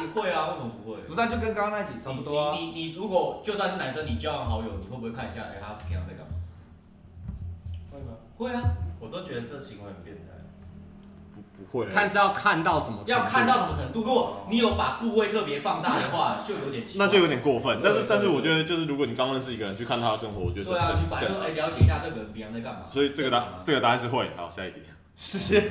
[SPEAKER 3] 你会啊？为什么不会？
[SPEAKER 4] 不是啊，就跟刚刚那集差不多啊
[SPEAKER 3] 你。你你你如果就算是男生，你交往好友，你会不会看一下？哎、他平常在干嘛？
[SPEAKER 1] 会吗？
[SPEAKER 3] 会啊，
[SPEAKER 1] 我都觉得这行为很变态。
[SPEAKER 2] 不不会啊，
[SPEAKER 5] 看是要看到什么程度，
[SPEAKER 3] 要看到什么程度？如果你有把部位特别放大的话，就有点奇怪。
[SPEAKER 2] 那就有点过分。
[SPEAKER 3] 对
[SPEAKER 2] 但是
[SPEAKER 3] 对
[SPEAKER 2] 但是
[SPEAKER 3] 对
[SPEAKER 2] 我觉得就是如果你刚认识一个人去看他的生活，我觉得是
[SPEAKER 3] 对啊，你把
[SPEAKER 2] 正
[SPEAKER 3] 这
[SPEAKER 2] 正
[SPEAKER 3] 个哎啊
[SPEAKER 2] 常。
[SPEAKER 3] 了解一下这个人平常在干嘛。
[SPEAKER 2] 所以这
[SPEAKER 3] 在
[SPEAKER 2] 个
[SPEAKER 3] 干
[SPEAKER 2] 答
[SPEAKER 3] 嘛
[SPEAKER 2] 这个答案是会。好，下一题。
[SPEAKER 4] 是，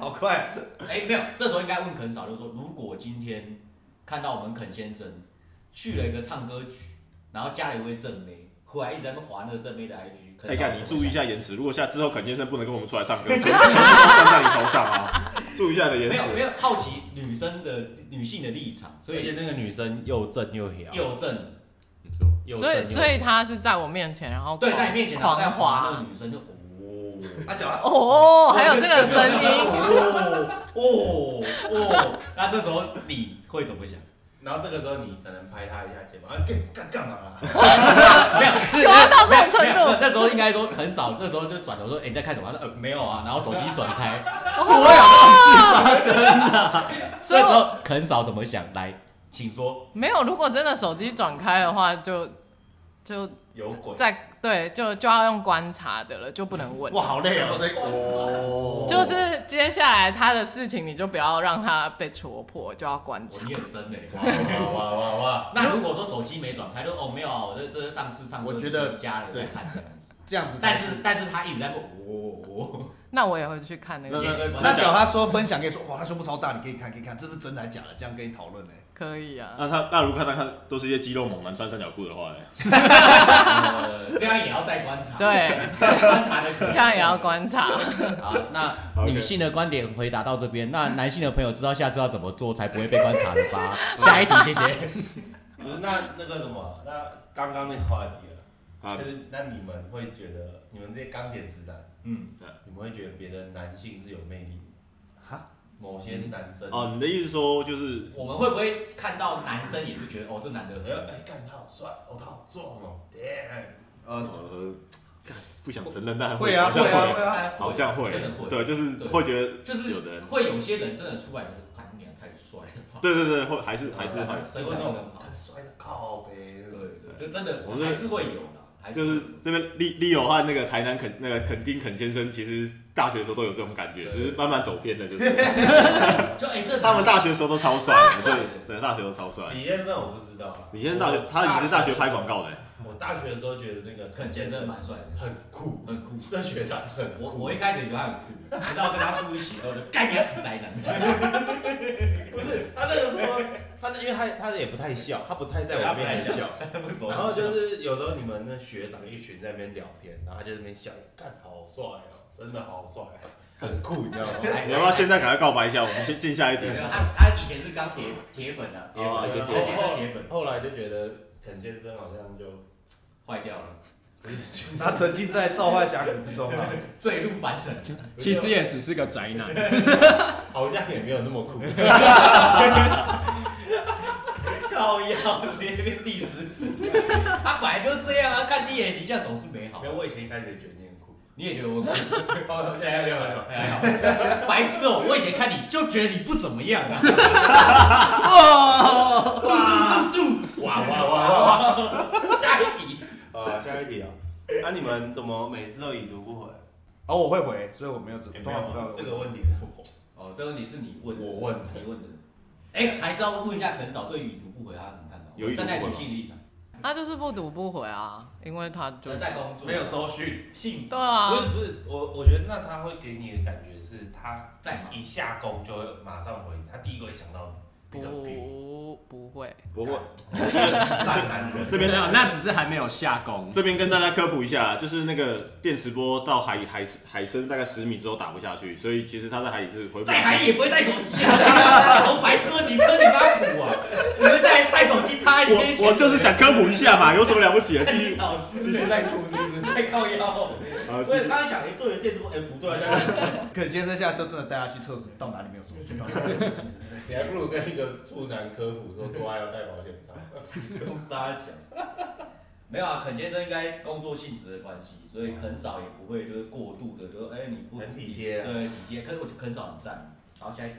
[SPEAKER 4] 好快。
[SPEAKER 3] 哎、没有，这时候应该问肯嫂，就是说，如果今天看到我们肯先生去了一个唱歌曲，然后家里有位正妹，后来一直在那边划那个正妹的 IG，肯嫂
[SPEAKER 2] 哎，干，你
[SPEAKER 3] 怎
[SPEAKER 2] 注
[SPEAKER 3] 么
[SPEAKER 2] 意
[SPEAKER 3] 想
[SPEAKER 2] 一。下言辞。如果下之后肯先生不能跟我们出来唱歌， 全部全部都算在你头上啊！注意一下你的言
[SPEAKER 3] 没有没
[SPEAKER 2] 辞。
[SPEAKER 3] 有好奇女生的女性的立场，
[SPEAKER 1] 所
[SPEAKER 3] 所
[SPEAKER 1] 以
[SPEAKER 3] 以
[SPEAKER 1] 那个女生又正又黑，啊
[SPEAKER 3] 又正
[SPEAKER 1] 又
[SPEAKER 6] 所以
[SPEAKER 1] 正又
[SPEAKER 6] 所以他是在我面前，
[SPEAKER 4] 哦
[SPEAKER 6] 然后
[SPEAKER 3] 对
[SPEAKER 6] 狂
[SPEAKER 3] 在你面前然后
[SPEAKER 6] 狂
[SPEAKER 3] 在划那
[SPEAKER 6] 滑
[SPEAKER 3] 个女生就哦，
[SPEAKER 4] 啊，讲完。
[SPEAKER 6] 哦，还有这个声音，
[SPEAKER 3] 哦哦哦，那这时候你会怎么想？
[SPEAKER 1] 然后这个时候你可能拍她一下肩膀，啊，干干干嘛啊？
[SPEAKER 3] 没有，是
[SPEAKER 6] 有要啊到这种程度
[SPEAKER 3] 没有没有那时候应该说很少，那时候就转头说，哎、你在看什么？他说呃没有啊，然后手机一转开，
[SPEAKER 6] 不会有这种事发生的。
[SPEAKER 3] 那
[SPEAKER 6] 所以
[SPEAKER 3] 时
[SPEAKER 6] 我
[SPEAKER 3] 候很少怎么想？来，请说。
[SPEAKER 6] 没有，如果真的手机转开的话，就就
[SPEAKER 1] 有鬼！
[SPEAKER 6] 在对，就就要用观察的了，就不能问。
[SPEAKER 3] 哇，好累
[SPEAKER 4] 啊
[SPEAKER 3] 哦，
[SPEAKER 2] 哦
[SPEAKER 6] 就是接下来他的事情，你就不要让他被戳破，就要观察。
[SPEAKER 3] 你很 深嘞。
[SPEAKER 1] 哇哇哇哇！
[SPEAKER 3] 那如果说手机没转开，就哦没有啊，我这这是上次上
[SPEAKER 4] 我觉得
[SPEAKER 3] 家人在
[SPEAKER 4] 对
[SPEAKER 3] 看这样子，
[SPEAKER 4] 这样子才
[SPEAKER 3] 但
[SPEAKER 4] 是。
[SPEAKER 3] 是但是他一直在问我我
[SPEAKER 6] 那我也会去看那
[SPEAKER 4] 那
[SPEAKER 6] 个，
[SPEAKER 4] 那
[SPEAKER 3] 那
[SPEAKER 4] 那假如他说分享给你说，哇，他胸部超大，你可以看，可以看，这是真的还是假的？这样跟你讨论嘞。
[SPEAKER 6] 可以啊。
[SPEAKER 3] 嗯
[SPEAKER 2] 那他那如果看他看都是一些肌肉猛男穿三角裤的话呢？
[SPEAKER 3] 呃 这样也要再观察，
[SPEAKER 6] 对，
[SPEAKER 3] 观察的可能
[SPEAKER 6] 这样也要观察。
[SPEAKER 3] 好，那女性的观点回答到这边，那男性的朋友知道下次要怎么做才不会被观察了 吧？下一题，谢谢。
[SPEAKER 1] 不是那那个什么，那刚刚那个话题了，
[SPEAKER 2] 啊
[SPEAKER 1] 就是那你们会觉得你们这些钢铁直男，
[SPEAKER 3] 嗯，
[SPEAKER 1] 你们会觉得别的男性是有魅力的
[SPEAKER 4] 哈？
[SPEAKER 1] 某些男生
[SPEAKER 2] 哦，，你的意思说就是
[SPEAKER 3] 我们会不会看到男生也是觉得哦，这男的
[SPEAKER 1] 哎哎，干他好帅，哦他好壮哦，damn，
[SPEAKER 4] 呃，
[SPEAKER 2] 呃，干不想承认，但
[SPEAKER 4] 会
[SPEAKER 3] 呃
[SPEAKER 4] 啊，
[SPEAKER 2] 好像
[SPEAKER 4] 会啊，会啊。
[SPEAKER 2] 好像会
[SPEAKER 3] 真的，会，
[SPEAKER 2] 对，就是
[SPEAKER 3] 对
[SPEAKER 2] 会觉得，
[SPEAKER 3] 就是
[SPEAKER 2] 有的人
[SPEAKER 3] 会有些人真的出来就说，看你俩太帅了吧，
[SPEAKER 2] 对对对，会还是还是
[SPEAKER 3] 很
[SPEAKER 2] 会，
[SPEAKER 1] 谁
[SPEAKER 3] 身
[SPEAKER 1] 会
[SPEAKER 3] 材
[SPEAKER 1] 那
[SPEAKER 3] 真
[SPEAKER 1] 种
[SPEAKER 3] 的好，
[SPEAKER 1] 很帅的靠呗？
[SPEAKER 3] 对对，就真的
[SPEAKER 2] 我是
[SPEAKER 3] 还是会有的，还
[SPEAKER 2] 就是是这边利利友和那个台南肯那个肯丁肯先生，其实大学的时候都有这种感觉，
[SPEAKER 3] 对
[SPEAKER 2] 只是慢慢走偏的，就是
[SPEAKER 3] 就哎，这
[SPEAKER 2] 他们大学的时候都 超帅，
[SPEAKER 3] 对
[SPEAKER 2] 对对，大学都超帅。
[SPEAKER 1] 李先生我不知道啊，
[SPEAKER 2] 你现在大学，他以前大学拍广告的，
[SPEAKER 1] 我大学的时候觉得那个
[SPEAKER 3] 肯
[SPEAKER 1] 肯
[SPEAKER 3] 先
[SPEAKER 1] 先
[SPEAKER 3] 生
[SPEAKER 1] 生
[SPEAKER 3] 蛮帅的，
[SPEAKER 1] 很酷，
[SPEAKER 3] 很酷。
[SPEAKER 1] 这学长很
[SPEAKER 3] 我
[SPEAKER 1] 酷，
[SPEAKER 3] 我一开始觉得他很酷，直到跟他住一起之后就干你个死宅男。
[SPEAKER 1] 不是他那个时候，他那因为他他也不太笑，他不太在我面前笑。
[SPEAKER 3] 不 熟
[SPEAKER 1] 然后就是有时候你们那学长一群在那边聊天，然后他就在那边笑，干好帅哦，真的好帅、哦，很酷，你知道吗？
[SPEAKER 2] 你要不要现在赶快告白一下？我们先进下一题啊
[SPEAKER 3] 没。有他他啊以前是钢铁铁粉啊，铁粉，
[SPEAKER 2] 哦
[SPEAKER 3] 而
[SPEAKER 2] 以
[SPEAKER 3] 且
[SPEAKER 2] 前
[SPEAKER 3] 他
[SPEAKER 2] 铁粉
[SPEAKER 3] 铁粉
[SPEAKER 1] 后来就觉得肯先生好像就
[SPEAKER 3] 坏掉了，
[SPEAKER 1] 不是就
[SPEAKER 4] 他沉浸在造化峡谷之中 啊。
[SPEAKER 3] 坠入凡尘。
[SPEAKER 5] 其实也只是个宅男。
[SPEAKER 1] 好像也没有那么酷。
[SPEAKER 3] 靠腰，直接被第十。他本来就是这样啊，看第一眼形象总是美好
[SPEAKER 1] 没。有，我以前一开始也觉得你很 酷。
[SPEAKER 3] 你也觉得我很酷？哦，现在没有没有，还好。白痴哦、我以前看你就觉得你不怎么样啊。
[SPEAKER 6] 哦，
[SPEAKER 3] 嘟嘟嘟嘟，哇哇哇哇！下一题，
[SPEAKER 1] 啊，下一题啊，那你们怎么每次都已读不回？
[SPEAKER 4] 哦，我会回，所以我没有准
[SPEAKER 1] 也
[SPEAKER 4] 备。
[SPEAKER 1] 欸没
[SPEAKER 4] 通常
[SPEAKER 1] 有啊
[SPEAKER 4] 不
[SPEAKER 1] 这
[SPEAKER 4] 知道
[SPEAKER 1] 个问题是我，
[SPEAKER 3] 哦，这问题是你问的，
[SPEAKER 1] 我问的
[SPEAKER 3] 你问的。哎、还是要问一下肯嫂对已读不回他有什么看法？
[SPEAKER 2] 有已读
[SPEAKER 3] 站在
[SPEAKER 2] 不回
[SPEAKER 3] 女
[SPEAKER 2] 吗
[SPEAKER 3] 性立场，
[SPEAKER 6] 他就是不读不回啊，因为他就
[SPEAKER 3] 就在工作，
[SPEAKER 4] 没有收讯，
[SPEAKER 3] 性质
[SPEAKER 6] 对，啊
[SPEAKER 1] 不，是不是，我我觉得那他会给你的感觉是他
[SPEAKER 3] 在忙
[SPEAKER 1] 一下工就会马上回你，他第一个会想到你那个 feel，
[SPEAKER 6] 不不会，
[SPEAKER 2] 不过
[SPEAKER 1] 烂男人。
[SPEAKER 2] 这边
[SPEAKER 5] 没 有，那只是还没有下工。
[SPEAKER 2] 这边跟大家科普一下，就是那个电磁波到海海海深大概十米之后打不下去，所以其实他在海里是回不
[SPEAKER 3] 在海
[SPEAKER 2] 来。
[SPEAKER 3] 里也不会带手机啊， 从白痴问题科你妈谱啊！你们带带手机插在里面，
[SPEAKER 2] 我我就是想科普一下嘛，有什么了不起的？继续
[SPEAKER 3] 老师啊
[SPEAKER 5] 只是在哭，是不是？
[SPEAKER 3] 在靠腰。
[SPEAKER 2] 呃，
[SPEAKER 3] 我也刚刚想，哎，对，电子哎不对啊，现在
[SPEAKER 4] 可先生下车真的带他去测试，到哪里没有收讯，到哪里没 有收讯。
[SPEAKER 1] 你还不如跟一个处男科普说做爱要带保险 套。
[SPEAKER 3] 公司啊想。没有啊，肯先生应该工作性质的关系，所以肯嫂也不会就是过度的，就哎你不
[SPEAKER 1] 很体贴啊
[SPEAKER 3] 对体贴。可是我觉得肯嫂很赞，好下一题，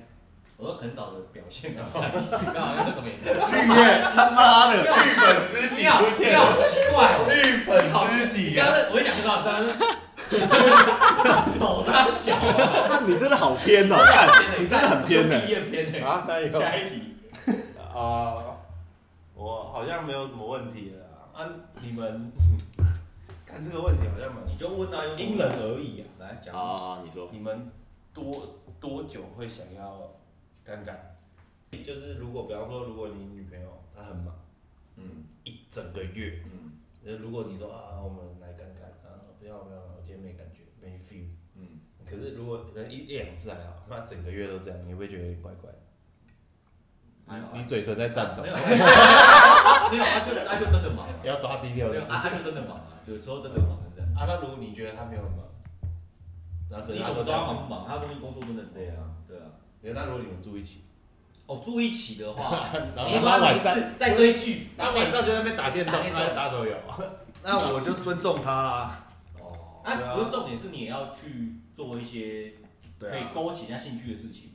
[SPEAKER 3] 我说肯嫂的表现很赞，你 干嘛用什么颜色？
[SPEAKER 4] 绿叶，他妈的！
[SPEAKER 1] 日本知己
[SPEAKER 3] 你好，
[SPEAKER 1] 出
[SPEAKER 3] 你
[SPEAKER 1] 现
[SPEAKER 3] 好
[SPEAKER 1] 了，
[SPEAKER 3] 奇怪哦。
[SPEAKER 1] 日本知
[SPEAKER 3] 你
[SPEAKER 1] 己
[SPEAKER 3] 刚
[SPEAKER 1] 啊！
[SPEAKER 3] 刚我一讲就知道，真的 是抖他小啊，
[SPEAKER 2] 看你真的好偏 哦，看你真的很偏呢
[SPEAKER 3] 你。也偏呢。 哎
[SPEAKER 1] 啊，那
[SPEAKER 3] 下一题，
[SPEAKER 1] 啊，我好像没有什么问题了啊啊，你们 看这个问题好像蛮
[SPEAKER 3] 你就问啊，有什么
[SPEAKER 1] 因人而异啊。
[SPEAKER 3] 来
[SPEAKER 2] 好
[SPEAKER 3] 讲。
[SPEAKER 2] 好，好你说
[SPEAKER 1] 你们多多久会想要尴尬？就是如果比方说，如果你女朋友她很忙
[SPEAKER 3] 嗯
[SPEAKER 1] 一整个月，
[SPEAKER 3] 嗯
[SPEAKER 1] 呃如果你说啊，我们来尴尬啊，不要不要，我今天没感觉，没 feel。
[SPEAKER 3] 嗯，
[SPEAKER 1] 可是如果人一一两次还好，那整个月都这样，你会不会觉得有点怪怪的？
[SPEAKER 3] 还好啊
[SPEAKER 1] 你你嘴唇在颤抖
[SPEAKER 3] 没，有，没有，他 就他就真的忙啊，
[SPEAKER 1] 要抓低调
[SPEAKER 3] 没
[SPEAKER 1] 的
[SPEAKER 3] 有，
[SPEAKER 1] 事。
[SPEAKER 3] 他他就真的忙啊，有时候真的忙是这样。
[SPEAKER 1] 啊，那如果你觉得他没有很忙，然后可是
[SPEAKER 3] 你
[SPEAKER 1] 他
[SPEAKER 3] 怎么知道他
[SPEAKER 1] 都在
[SPEAKER 3] 忙不忙？他说明工作真的很累啊，对啊。
[SPEAKER 1] 对那如果你们住一起，
[SPEAKER 3] 哦，住一起的 话，
[SPEAKER 1] 然
[SPEAKER 3] 你说他没事在追剧，
[SPEAKER 1] 上就在那边打电
[SPEAKER 3] 动他在
[SPEAKER 1] 打手游，
[SPEAKER 4] 那我就尊重他啊。
[SPEAKER 3] 哦，那不是重点是你也要去做一些可
[SPEAKER 4] 对
[SPEAKER 3] 以
[SPEAKER 4] 啊，
[SPEAKER 3] 勾起人家兴趣的事情。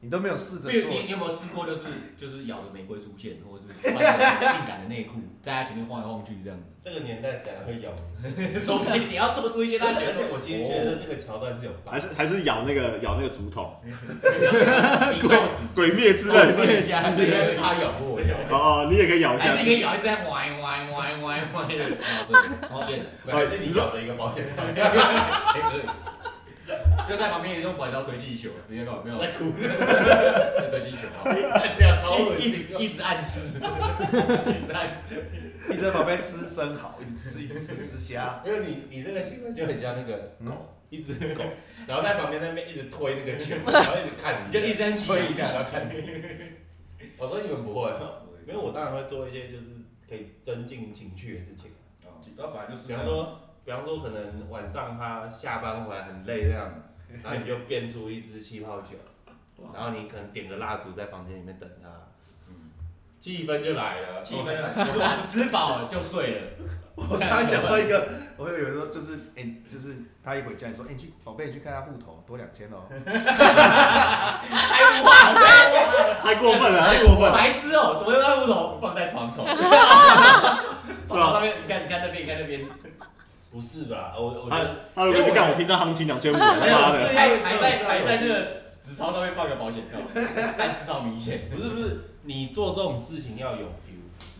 [SPEAKER 4] 你都没有试着
[SPEAKER 3] 比如你
[SPEAKER 4] 做，
[SPEAKER 3] 你有没有试过，就是就是咬着玫瑰出现，或者是穿着性感的内裤在他前面晃来晃去这样子？
[SPEAKER 1] 这个年代谁还会咬你？
[SPEAKER 3] 说不定你要做出一些他觉
[SPEAKER 1] 而且
[SPEAKER 3] 得说
[SPEAKER 1] 我其实觉得这个桥段是有 bug
[SPEAKER 2] 还是还是咬那个咬那个竹筒，
[SPEAKER 3] 你够直
[SPEAKER 2] 鬼灭之 刃。
[SPEAKER 3] 一下，
[SPEAKER 1] 应该是他咬过我咬。
[SPEAKER 2] 哦，你也可以咬一下
[SPEAKER 3] 还是。你可以咬一直在歪歪歪歪歪 的，哦然后就出现了，
[SPEAKER 1] 还哦是你找的一个 保险套，
[SPEAKER 3] 还可以。就在旁边用管刀推气球，你看到没有？
[SPEAKER 1] 在哭，
[SPEAKER 3] 在 推气球啊，
[SPEAKER 1] 超恶
[SPEAKER 3] 一一
[SPEAKER 1] 心
[SPEAKER 3] 直。一直 暗示，一直暗
[SPEAKER 1] 哦
[SPEAKER 3] 示。
[SPEAKER 4] 一直在旁边吃生蚝，一直吃，一直吃吃虾。
[SPEAKER 1] 因为你你这个行为就很像那个
[SPEAKER 4] 嗯
[SPEAKER 1] 狗，一只狗，然后在旁边那边一直推那个 球，然后一直看你，
[SPEAKER 3] 就一直在骑
[SPEAKER 1] 推一下，然后看你。 我说你们不会哦，没有，我当然会做一些就是可以增进情趣的事情。
[SPEAKER 3] 要本来就是
[SPEAKER 1] 比方说，比方说可能晚上他下班回来很累这样，然后你就变出一支气泡酒，然后你可能点个蜡烛在房间里面等他，气氛就来了。哦
[SPEAKER 3] 气氛了，吃完 吃饱了就睡了。
[SPEAKER 4] 我刚刚想到一个，我有时候就是，哎、就是他一回家，你说，哎、你去宝贝，你去看下户头，多两千哦。
[SPEAKER 3] 哎哇，
[SPEAKER 2] 太过分了，太过分了。
[SPEAKER 3] 白痴哦、怎么会把木头放在床 头？床头上面，你看，你看那边，你看 那边，
[SPEAKER 1] 不是吧？我我觉
[SPEAKER 2] 他
[SPEAKER 1] 得
[SPEAKER 2] 他如果去干我平常行情 两千五，他
[SPEAKER 1] 没有
[SPEAKER 2] 妈
[SPEAKER 1] 哎是
[SPEAKER 2] 的，
[SPEAKER 3] 还还在还
[SPEAKER 1] 啊
[SPEAKER 3] 在那个纸钞上面放个保险套， 但纸钞明显。
[SPEAKER 1] 不是不是，你做这种事情要有 feel。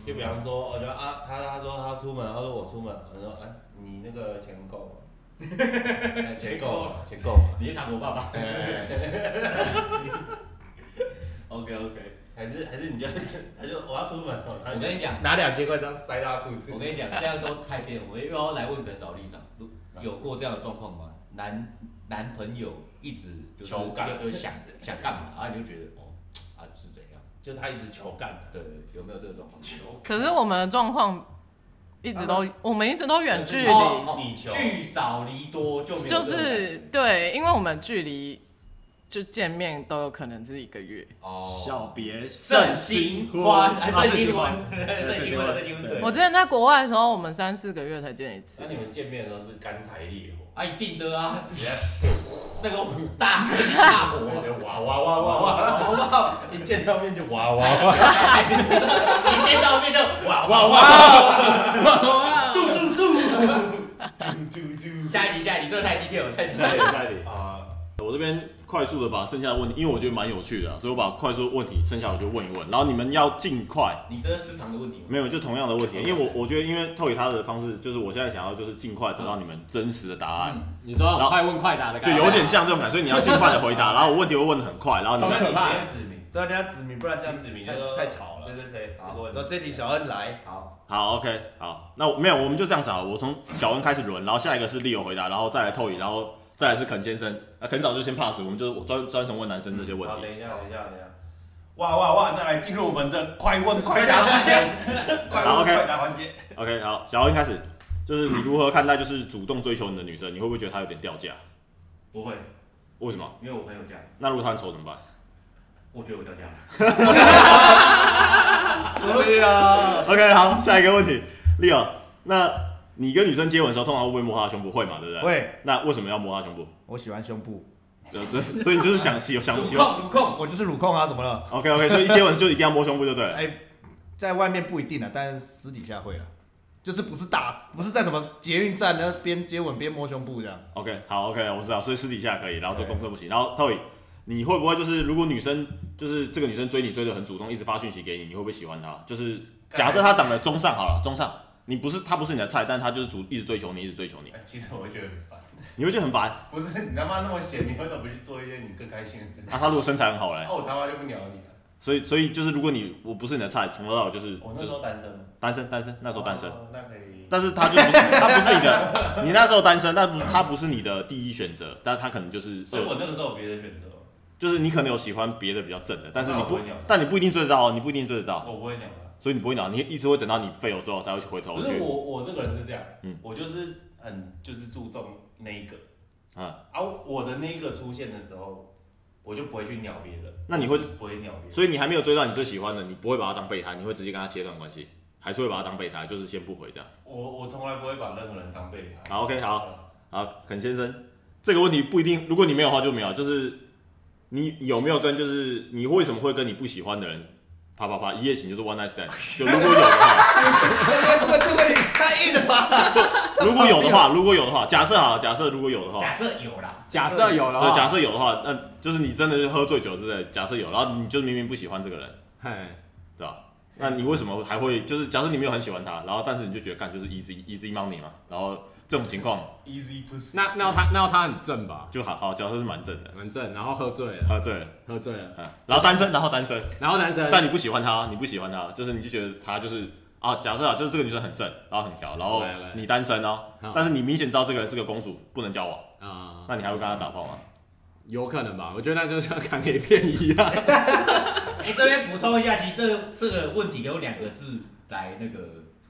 [SPEAKER 1] 就比方说，我觉得啊，他他说他出门，他说我出门，我说哎，你那个钱够吗？哎钱够吗？钱够吗？
[SPEAKER 3] 你是糖果爸爸
[SPEAKER 1] 哎
[SPEAKER 3] ？OK OK，
[SPEAKER 1] 还是还是你就 他就我要出门哦了，他
[SPEAKER 3] 我跟你讲，
[SPEAKER 1] 拿两千块这样塞到他裤子
[SPEAKER 3] 我跟你讲，这样都太偏了。我又要来问本少立场，如有过这样的状况吗？男男朋友一直就是
[SPEAKER 1] 求干
[SPEAKER 3] 有有想想干嘛，啊，你就觉得哦啊是怎样？
[SPEAKER 1] 就他一直求干，
[SPEAKER 3] 对，有没有这个状况？求
[SPEAKER 6] 可是我们的状况一直都，我们一直都啊远距离，哦
[SPEAKER 1] 你求
[SPEAKER 3] 哦聚少离多就没有
[SPEAKER 6] 就
[SPEAKER 3] 这种感觉
[SPEAKER 6] 是对，因为我们距离就见面都有可能是一个月。
[SPEAKER 3] 哦，
[SPEAKER 5] 小别
[SPEAKER 3] 圣
[SPEAKER 5] 胜
[SPEAKER 3] 心
[SPEAKER 5] 新
[SPEAKER 3] 欢，
[SPEAKER 5] 啊
[SPEAKER 3] 圣心
[SPEAKER 5] 欢
[SPEAKER 3] 欢， 圣心欢，圣心欢，对
[SPEAKER 6] 我。之前在国外的时候，我们三四个月才见一次
[SPEAKER 1] 那。你们见面的时候是干柴烈火，
[SPEAKER 3] 啊，一定的啊，
[SPEAKER 1] 你看
[SPEAKER 3] 那个大声大火，
[SPEAKER 1] 哇哇哇哇哇哇哇， 一见到面就哇哇哇。
[SPEAKER 3] 一见到面就哇哇哇，
[SPEAKER 1] 嘟嘟嘟，嘟嘟
[SPEAKER 3] 下一题下一题，这个太 detail 了太 detail 了。
[SPEAKER 2] 下一题下一题
[SPEAKER 1] 嘟啊！
[SPEAKER 2] 我这边快速的把剩下的问题，因为我觉得蛮有趣的啊、所以我把快速的问题剩下我就问一问，然后你们要尽快，
[SPEAKER 3] 你这是市场的问题吗？
[SPEAKER 2] 没有就同样的问题，因为我我觉得因为透给他的方式，就是我现在想要就是尽快得到你们真实的答案，
[SPEAKER 5] 你说快问快答的
[SPEAKER 2] 就
[SPEAKER 5] 感觉，
[SPEAKER 2] 有点像这种感觉，所以你要尽快的回答，然后我问题会问的很快，然后你
[SPEAKER 1] 那
[SPEAKER 2] 们
[SPEAKER 1] 你直接指名，
[SPEAKER 4] 对啊，人家指名，不然这样
[SPEAKER 1] 指名就
[SPEAKER 4] 太
[SPEAKER 1] 说
[SPEAKER 4] 太吵了
[SPEAKER 1] 谁。谁谁，这个
[SPEAKER 4] 我
[SPEAKER 1] 问题
[SPEAKER 4] 说这题小恩来，
[SPEAKER 3] 好，
[SPEAKER 2] 好 OK 好，那我没有我们就这样子啊，我从小恩开始轮，然后下一个是 Leo 回答，然后再来透给，然后再来是肯先生，啊肯早就先 pass，我们就专专程问男生这些问
[SPEAKER 1] 好，
[SPEAKER 2] 题。
[SPEAKER 1] 等一下，等一下，等一下。哇哇哇！那来进入我们的快问快答时间，快
[SPEAKER 2] 好
[SPEAKER 1] 问
[SPEAKER 2] ，OK
[SPEAKER 1] 快答环节。
[SPEAKER 2] OK，好，小恩开始，就是你如何看待就是主动追求你的女生，你会不会觉得她有点掉价？
[SPEAKER 3] 不会，
[SPEAKER 2] 为什么？
[SPEAKER 3] 因为我朋友讲，
[SPEAKER 2] 那如果她很丑怎么办？
[SPEAKER 3] 我觉得我掉价了。
[SPEAKER 5] 是啊，
[SPEAKER 2] OK，好，下一个问题，Leo，那你跟女生接吻的时候，通常会不会摸她的胸部？会嘛，对不对？。
[SPEAKER 4] 喂，
[SPEAKER 2] 那为什么要摸她胸部？
[SPEAKER 4] 我喜欢胸部，
[SPEAKER 2] 对所以所以你就是想希想
[SPEAKER 3] 乳
[SPEAKER 2] 希望
[SPEAKER 3] 控，乳控，
[SPEAKER 4] 我就是乳控啊，怎么了？
[SPEAKER 2] OK OK，所以一接吻就一定要摸胸部就对了。
[SPEAKER 4] 哎，在外面不一定啊，但私底下会啊，就是不是大，不是在什么捷运站那边接吻边摸胸部这 样。
[SPEAKER 2] OK，好 OK，我知道，所以私底下可以，然后做公厕不行。然后 Toy，你会不会就是如果女生就是这个女生追你追的很主动，一直发讯息给你，你会不会喜欢她？就是假设她长得中上好了，中上，你不是她不是你的菜，但她就是主一直追求你，一直追求你，
[SPEAKER 1] 哎其实我会觉得很烦，
[SPEAKER 2] 你会觉得很烦。
[SPEAKER 1] 不是你他妈那么闲，你为什么不去做一些你更开心的事情？
[SPEAKER 2] 啊，她如果身材很好嘞，
[SPEAKER 1] 那我他妈就不鸟你了。
[SPEAKER 2] 所以所以就是如果你我不是你的菜，从头到尾就是
[SPEAKER 1] 我
[SPEAKER 2] 就
[SPEAKER 1] 那
[SPEAKER 2] 是
[SPEAKER 1] 时候单身嘛，
[SPEAKER 2] 单身，单身，那
[SPEAKER 1] 那
[SPEAKER 2] 时候单身，
[SPEAKER 1] 哦那可以。
[SPEAKER 2] 但是他就不是，他不是你的，你那时候单身，但不是他不是你的第一选择，但他可能就是
[SPEAKER 1] 所以我那个时候有别的选择，
[SPEAKER 2] 就是你可能有喜欢别的比较正的，但是你
[SPEAKER 1] 那我不
[SPEAKER 2] 不
[SPEAKER 1] 会鸟他，
[SPEAKER 2] 但你不一定追得到哦，你不一定追得到，
[SPEAKER 1] 我不会鸟他。
[SPEAKER 2] 所以你不会鸟，你一直会等到你废了之后才会去回头
[SPEAKER 1] 不是
[SPEAKER 2] 去
[SPEAKER 1] 我，我这个人是这样
[SPEAKER 2] 嗯，
[SPEAKER 1] 我就是很就是注重那一个
[SPEAKER 2] 啊。
[SPEAKER 1] 啊，我的那一个出现的时候，我就不会去鸟别人。
[SPEAKER 2] 那你会
[SPEAKER 1] 我是不会鸟别人？
[SPEAKER 2] 所以你还没有追到你最喜欢的，你不会把他当备胎，你会直接跟他切断关系，还是会把他当备胎，就是先不回这样。
[SPEAKER 1] 我我从来不会把任何人当备胎。
[SPEAKER 2] 好，OK，好，好，肯先生，这个问题不一定，如果你没有的话就没有，就是你有没有跟就是你为什么会跟你不喜欢的人啪啪啪一夜情就是 one night stand，就如果有的话，
[SPEAKER 4] 这个这个你太硬了吧？
[SPEAKER 2] 如果有的话，如果有 的话，假设好了，假设如果有的话，
[SPEAKER 3] 假设有啦，
[SPEAKER 5] 假设有了，
[SPEAKER 2] 对，假，设有的话，那就是你真的是喝醉酒之类的，假设有，然后你就明明不喜欢这个人，
[SPEAKER 5] 嘿，
[SPEAKER 2] 对吧？那你为什么还会就是假设你没有很喜欢他，然后但是你就觉得干就是 easy easy money 嘛，然后这种情况
[SPEAKER 1] Easy pussy。
[SPEAKER 5] 那那他那他很正吧？
[SPEAKER 2] 就好好，假设是蛮正的，
[SPEAKER 5] 蛮正，然后喝醉了，
[SPEAKER 2] 喝醉了，
[SPEAKER 5] 喝醉了，
[SPEAKER 2] 嗯，然后单身，然后单身。
[SPEAKER 5] 然后男生
[SPEAKER 2] 但你不喜欢她，你不喜欢她，就是你就觉得她就是啊，假设啊，就是这个女生很正，然后很调，然后
[SPEAKER 5] 来来
[SPEAKER 2] 你单身哦
[SPEAKER 5] 好，
[SPEAKER 2] 但是你明显知道这个人是个公主，不能交往，
[SPEAKER 5] 啊，
[SPEAKER 2] 那你还会跟她打炮吗？
[SPEAKER 5] 有可能吧？我觉得那就像看 A 片一样，
[SPEAKER 3] 哎，这边补充一下，其实这这个问题有两个字来那个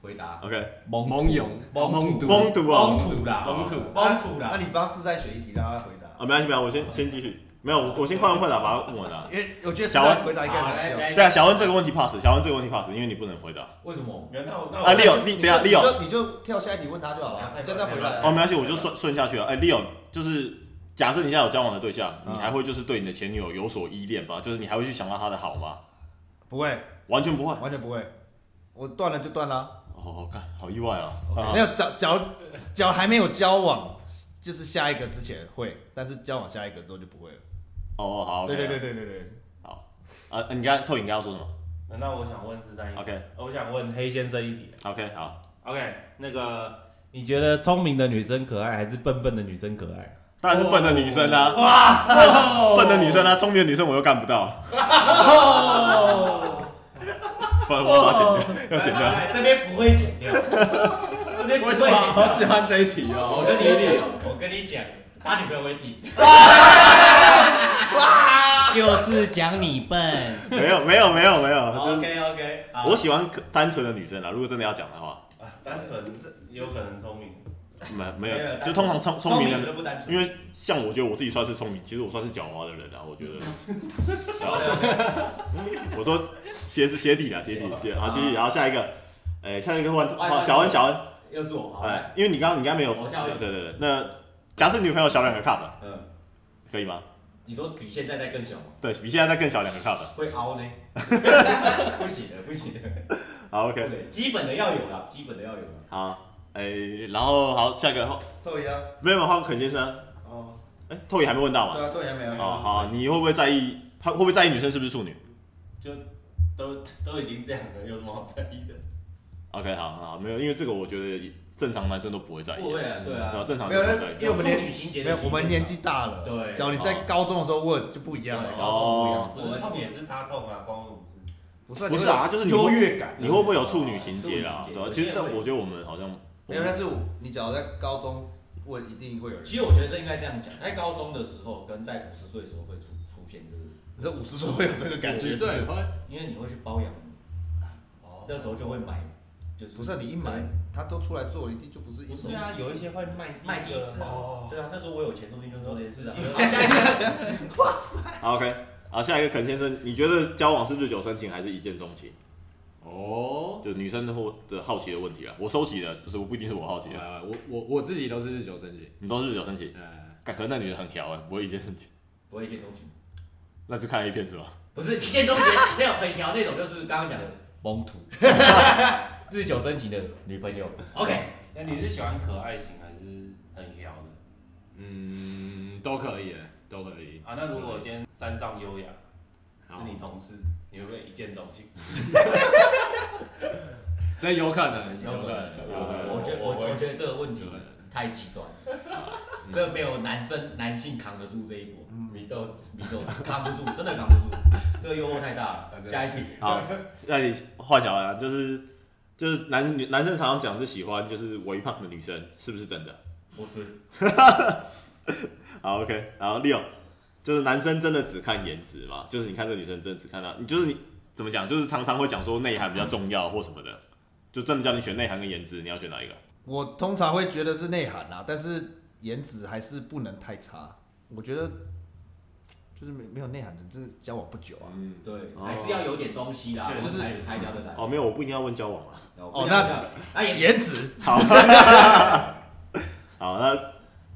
[SPEAKER 3] 回答，
[SPEAKER 2] ？OK，
[SPEAKER 4] 蒙
[SPEAKER 5] 蒙勇，
[SPEAKER 4] 蒙
[SPEAKER 5] 蒙毒，
[SPEAKER 2] 蒙毒
[SPEAKER 3] 蒙
[SPEAKER 2] 哦，
[SPEAKER 3] 土啊啦，
[SPEAKER 5] 蒙土
[SPEAKER 3] 蒙土
[SPEAKER 4] 那
[SPEAKER 3] 啦，
[SPEAKER 4] 你帮四在选一题，让他回答
[SPEAKER 2] 啊，，没关系，没关系，我先先继续，没有，我我先快问快答把它问完啊啦。
[SPEAKER 4] 因为我觉得四
[SPEAKER 2] 小恩
[SPEAKER 4] 在回答应该
[SPEAKER 3] 好
[SPEAKER 4] 很
[SPEAKER 3] 来
[SPEAKER 4] 笑。
[SPEAKER 3] 来，
[SPEAKER 2] 对啊，小恩这个问题 pass，小恩这个问题 pass，因为你不能回答。
[SPEAKER 3] 为什么？
[SPEAKER 1] 那我那我
[SPEAKER 2] 啊，Leo，你等一下
[SPEAKER 4] 你就
[SPEAKER 2] ，Leo，
[SPEAKER 4] 你就跳下一题问他就好了，
[SPEAKER 1] 这样
[SPEAKER 4] 再再
[SPEAKER 1] 太快
[SPEAKER 4] 回
[SPEAKER 1] 了
[SPEAKER 4] 来
[SPEAKER 2] 哦，。没关系，我就顺顺下去了。哎，Leo，就是假设你现在有交往的对象，你
[SPEAKER 4] 嗯
[SPEAKER 2] 还会就是对你的前女友有所依恋吧？就是你还会去想到她的好吗？
[SPEAKER 4] 不会，
[SPEAKER 2] 完全不会。
[SPEAKER 4] 完全不会。我断了就断了，
[SPEAKER 2] 哦，干，好意外啊！啊
[SPEAKER 4] 没有脚脚脚还没有交往，就是下一个之前会，但是交往下一个之后就不会了。
[SPEAKER 2] 哦，好，OK
[SPEAKER 4] 对
[SPEAKER 2] 啊，
[SPEAKER 4] 对对对对对，
[SPEAKER 2] 啊，你刚透影刚要说什么
[SPEAKER 1] 那那我想问四三一
[SPEAKER 2] ？OK
[SPEAKER 1] 我想问黑先生一题。
[SPEAKER 2] OK，好，
[SPEAKER 1] OK，那个你觉得聪明的女生可爱还是笨笨的女生可爱？
[SPEAKER 2] 当然是笨的女生啦、笨的女生啦、啊聪明的女生我又干不到，哦不然我要剪掉，要剪掉。
[SPEAKER 3] 来哎这边不会剪掉，这边不会
[SPEAKER 5] 为
[SPEAKER 3] 剪
[SPEAKER 5] 什么好
[SPEAKER 3] 掉。
[SPEAKER 5] 喜欢这一题哦？
[SPEAKER 3] 我跟你讲，我跟你讲，他女朋友会听。 就是讲你笨。
[SPEAKER 2] 没有没有没有没有，就是
[SPEAKER 3] OK OK，好
[SPEAKER 2] 啊我喜欢可单纯的女生啦、如果真的要讲的话，
[SPEAKER 1] 啊，单纯有可能聪明，
[SPEAKER 2] 没没有
[SPEAKER 3] 没有，
[SPEAKER 2] 就通常聪聪明人，
[SPEAKER 3] 都不单纯，
[SPEAKER 2] 因为像我觉得我自己算是聪明，其实我算是狡猾的人啊，我觉得。 我说鞋是鞋底啊，鞋底鞋好，继续，然后下一个，哎，下一个换
[SPEAKER 3] 哎
[SPEAKER 2] 换小恩，小恩，
[SPEAKER 3] 又是我嘛，
[SPEAKER 2] 哎，因为你刚刚你刚刚没有，
[SPEAKER 3] 我跳一
[SPEAKER 2] 对对对，那假设你女朋友小两个 cup
[SPEAKER 3] 嗯，
[SPEAKER 2] 可以吗？
[SPEAKER 3] 你说比现在再更小吗？
[SPEAKER 2] 对比现在再更小两个 cup，
[SPEAKER 3] 会凹呢？不行的，不行的，
[SPEAKER 2] 好
[SPEAKER 3] 不
[SPEAKER 2] OK，
[SPEAKER 3] 能，基本的要有啦，基本的要有啦。
[SPEAKER 2] 好，哎，然后好下一个换
[SPEAKER 4] 豆爷啊，
[SPEAKER 2] 没有没有换肯先生，
[SPEAKER 4] 哦，
[SPEAKER 2] 哎，透也还没问到
[SPEAKER 4] 对
[SPEAKER 2] 嘛？
[SPEAKER 4] 啊，豆爷没有，
[SPEAKER 2] 哦好，你会不会在意他会不会在意女生是不是处女
[SPEAKER 1] 就都都已经这样了，有什么好在意的？
[SPEAKER 2] ？OK 好好没有，因为这个我觉得也正常男生都不会在意
[SPEAKER 3] 不，会啊，对
[SPEAKER 2] 对吧？
[SPEAKER 3] 啊，
[SPEAKER 2] 正常
[SPEAKER 4] 没有
[SPEAKER 2] 人
[SPEAKER 4] 那
[SPEAKER 2] 不会在意
[SPEAKER 4] 因为我们年
[SPEAKER 3] 女情节
[SPEAKER 4] 没
[SPEAKER 3] 的
[SPEAKER 4] 有，
[SPEAKER 3] 心
[SPEAKER 4] 我们
[SPEAKER 3] 情
[SPEAKER 4] 年纪大了，
[SPEAKER 3] 对
[SPEAKER 4] 只要你在高中的时候问就不一样
[SPEAKER 3] 对
[SPEAKER 4] 了，啊
[SPEAKER 3] 高中不一样
[SPEAKER 2] 哦
[SPEAKER 1] 不是痛也是他痛啊，关我什么事？
[SPEAKER 4] 不是
[SPEAKER 2] 不是啊就是你
[SPEAKER 4] 优越感，
[SPEAKER 2] 你会不会有处女情节啦？
[SPEAKER 3] 处女情节
[SPEAKER 2] 对吧、
[SPEAKER 3] 有
[SPEAKER 2] 其实
[SPEAKER 3] 些
[SPEAKER 2] 但
[SPEAKER 3] 会
[SPEAKER 2] 我觉得我们好像
[SPEAKER 4] 没有，但是我你只要在高中问，一定会有人。
[SPEAKER 3] 其实我觉得这应该这样讲，在高中的时候跟在五十岁的时候会出出现这个，
[SPEAKER 4] 你这五十岁会有这个感觉？
[SPEAKER 5] 十岁会
[SPEAKER 3] 因为你会去包养，
[SPEAKER 1] 哦
[SPEAKER 3] 那时候就会买，就是
[SPEAKER 4] 不是啊你一买，他都出来做，一定就不是一
[SPEAKER 1] 不是啊，有一些会卖地
[SPEAKER 3] 卖第一
[SPEAKER 1] 的
[SPEAKER 3] 次啊
[SPEAKER 4] 哦，
[SPEAKER 3] 对啊，那时候我有钱说不定就做这些事 啊。
[SPEAKER 2] 好 OK。好，下一个肯先生，你觉得交往是日久生情还是一见钟情？
[SPEAKER 5] 哦。
[SPEAKER 2] 就女生的或的好奇的问题啦。我收集的，就是不一定是我好奇的，
[SPEAKER 5] 呃，我我我自己都是日久生情，
[SPEAKER 2] 你都是日久生情。
[SPEAKER 5] 呃，
[SPEAKER 2] 感可能那女的很调哎、不会一见钟情，
[SPEAKER 3] 不会一见钟情，
[SPEAKER 2] 那就看 A 片是吧？
[SPEAKER 3] 不是一见钟情，没有很条那种，就是刚刚讲的蒙 图，日久生情的女朋友。OK，
[SPEAKER 1] 那你是喜欢可爱型还是很挑的
[SPEAKER 5] 嗯，都可以，都可以。
[SPEAKER 1] 啊？那如果今天山上优雅
[SPEAKER 5] 好
[SPEAKER 1] 是你同事，你会不会一见钟情？
[SPEAKER 5] 所以有可能，
[SPEAKER 3] 有
[SPEAKER 5] 有
[SPEAKER 3] 可
[SPEAKER 5] 可
[SPEAKER 3] 能
[SPEAKER 5] 能，哦有可能
[SPEAKER 3] 我觉得我我觉得这个问题
[SPEAKER 5] 有可能。
[SPEAKER 3] 太极端， 这没有男生男性扛得住这一波，
[SPEAKER 1] 米豆子，
[SPEAKER 3] 你懂扛不住，真的扛不住，这个诱惑太大了。下一题，
[SPEAKER 2] 好，那你换小兰啊，就是就是男女男生常常讲是喜欢就是微胖的女生，是不是真的？
[SPEAKER 3] 不是，
[SPEAKER 2] 好 OK，然后六就是男生真的只看颜值嘛？就是你看这女生真的只看她，你就是你怎么讲？就是常常会讲说内涵比较重要或什么的，就真的叫你选内涵跟颜值，你要选哪一个？
[SPEAKER 4] 我通常会觉得是内涵啦，但是颜值还是不能太差。我觉得就是没没有内涵的，真的交往不久啊。
[SPEAKER 2] 嗯，
[SPEAKER 3] 对，
[SPEAKER 2] 哦
[SPEAKER 3] 还是要有点东西啦，
[SPEAKER 1] 确实
[SPEAKER 3] 不是才
[SPEAKER 1] 是
[SPEAKER 3] 才聊得来。
[SPEAKER 2] 哦，没有，我不一定要问交往啊。
[SPEAKER 3] 哦
[SPEAKER 4] 那
[SPEAKER 3] 那也
[SPEAKER 4] 颜值
[SPEAKER 2] 好，好，那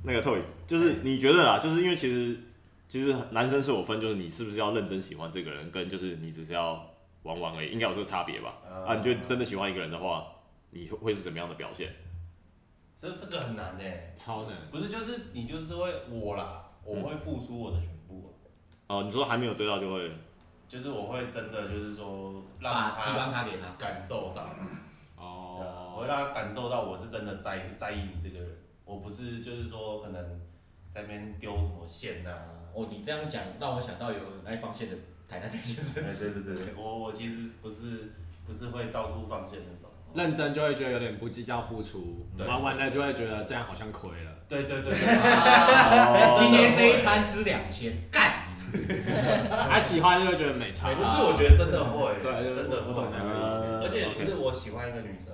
[SPEAKER 2] 那个 Toy，就是你觉得啊，就是因为其实其实男生是有分，就是你是不是要认真喜欢这个人，跟就是你只是要玩玩而已，应该有这个差别吧？啊，你觉得真的喜欢一个人的话，你会是怎么样的表现？
[SPEAKER 1] 这这个很难哎、
[SPEAKER 5] 超能。
[SPEAKER 1] 不是，就是你就是会我啦，我会付出我的全部啊、
[SPEAKER 2] 哦，你说还没有追到就会
[SPEAKER 1] 就是我会真的就是说让
[SPEAKER 3] 把提
[SPEAKER 1] 他
[SPEAKER 3] 纲卡给他。
[SPEAKER 1] 感受到，对啊我
[SPEAKER 5] 哦
[SPEAKER 1] 会，让他感受到我是真的在在意你这个人，我不是就是说可能在那边丢什么线呐、啊。
[SPEAKER 3] 哦，你这样讲让我想到有很爱放线的台南蔡先 生。
[SPEAKER 1] 哎， 对对对对，我我其实不是不是会到处放线那种。
[SPEAKER 5] 认真就会觉得有点不计较付出，
[SPEAKER 1] 对
[SPEAKER 5] 玩完了就会觉得这样好像亏了。
[SPEAKER 1] 对对对对，
[SPEAKER 3] 啊
[SPEAKER 2] 哦
[SPEAKER 3] 今天这一餐吃两千，干！
[SPEAKER 5] 他喜欢就会觉得没差
[SPEAKER 1] 哎。不是，我觉得真的会，
[SPEAKER 5] 啊对对
[SPEAKER 1] 真的会
[SPEAKER 5] 我懂那个意思
[SPEAKER 3] 呃
[SPEAKER 2] 嗯
[SPEAKER 1] 而且
[SPEAKER 2] OK
[SPEAKER 1] 不是我喜欢一个女生，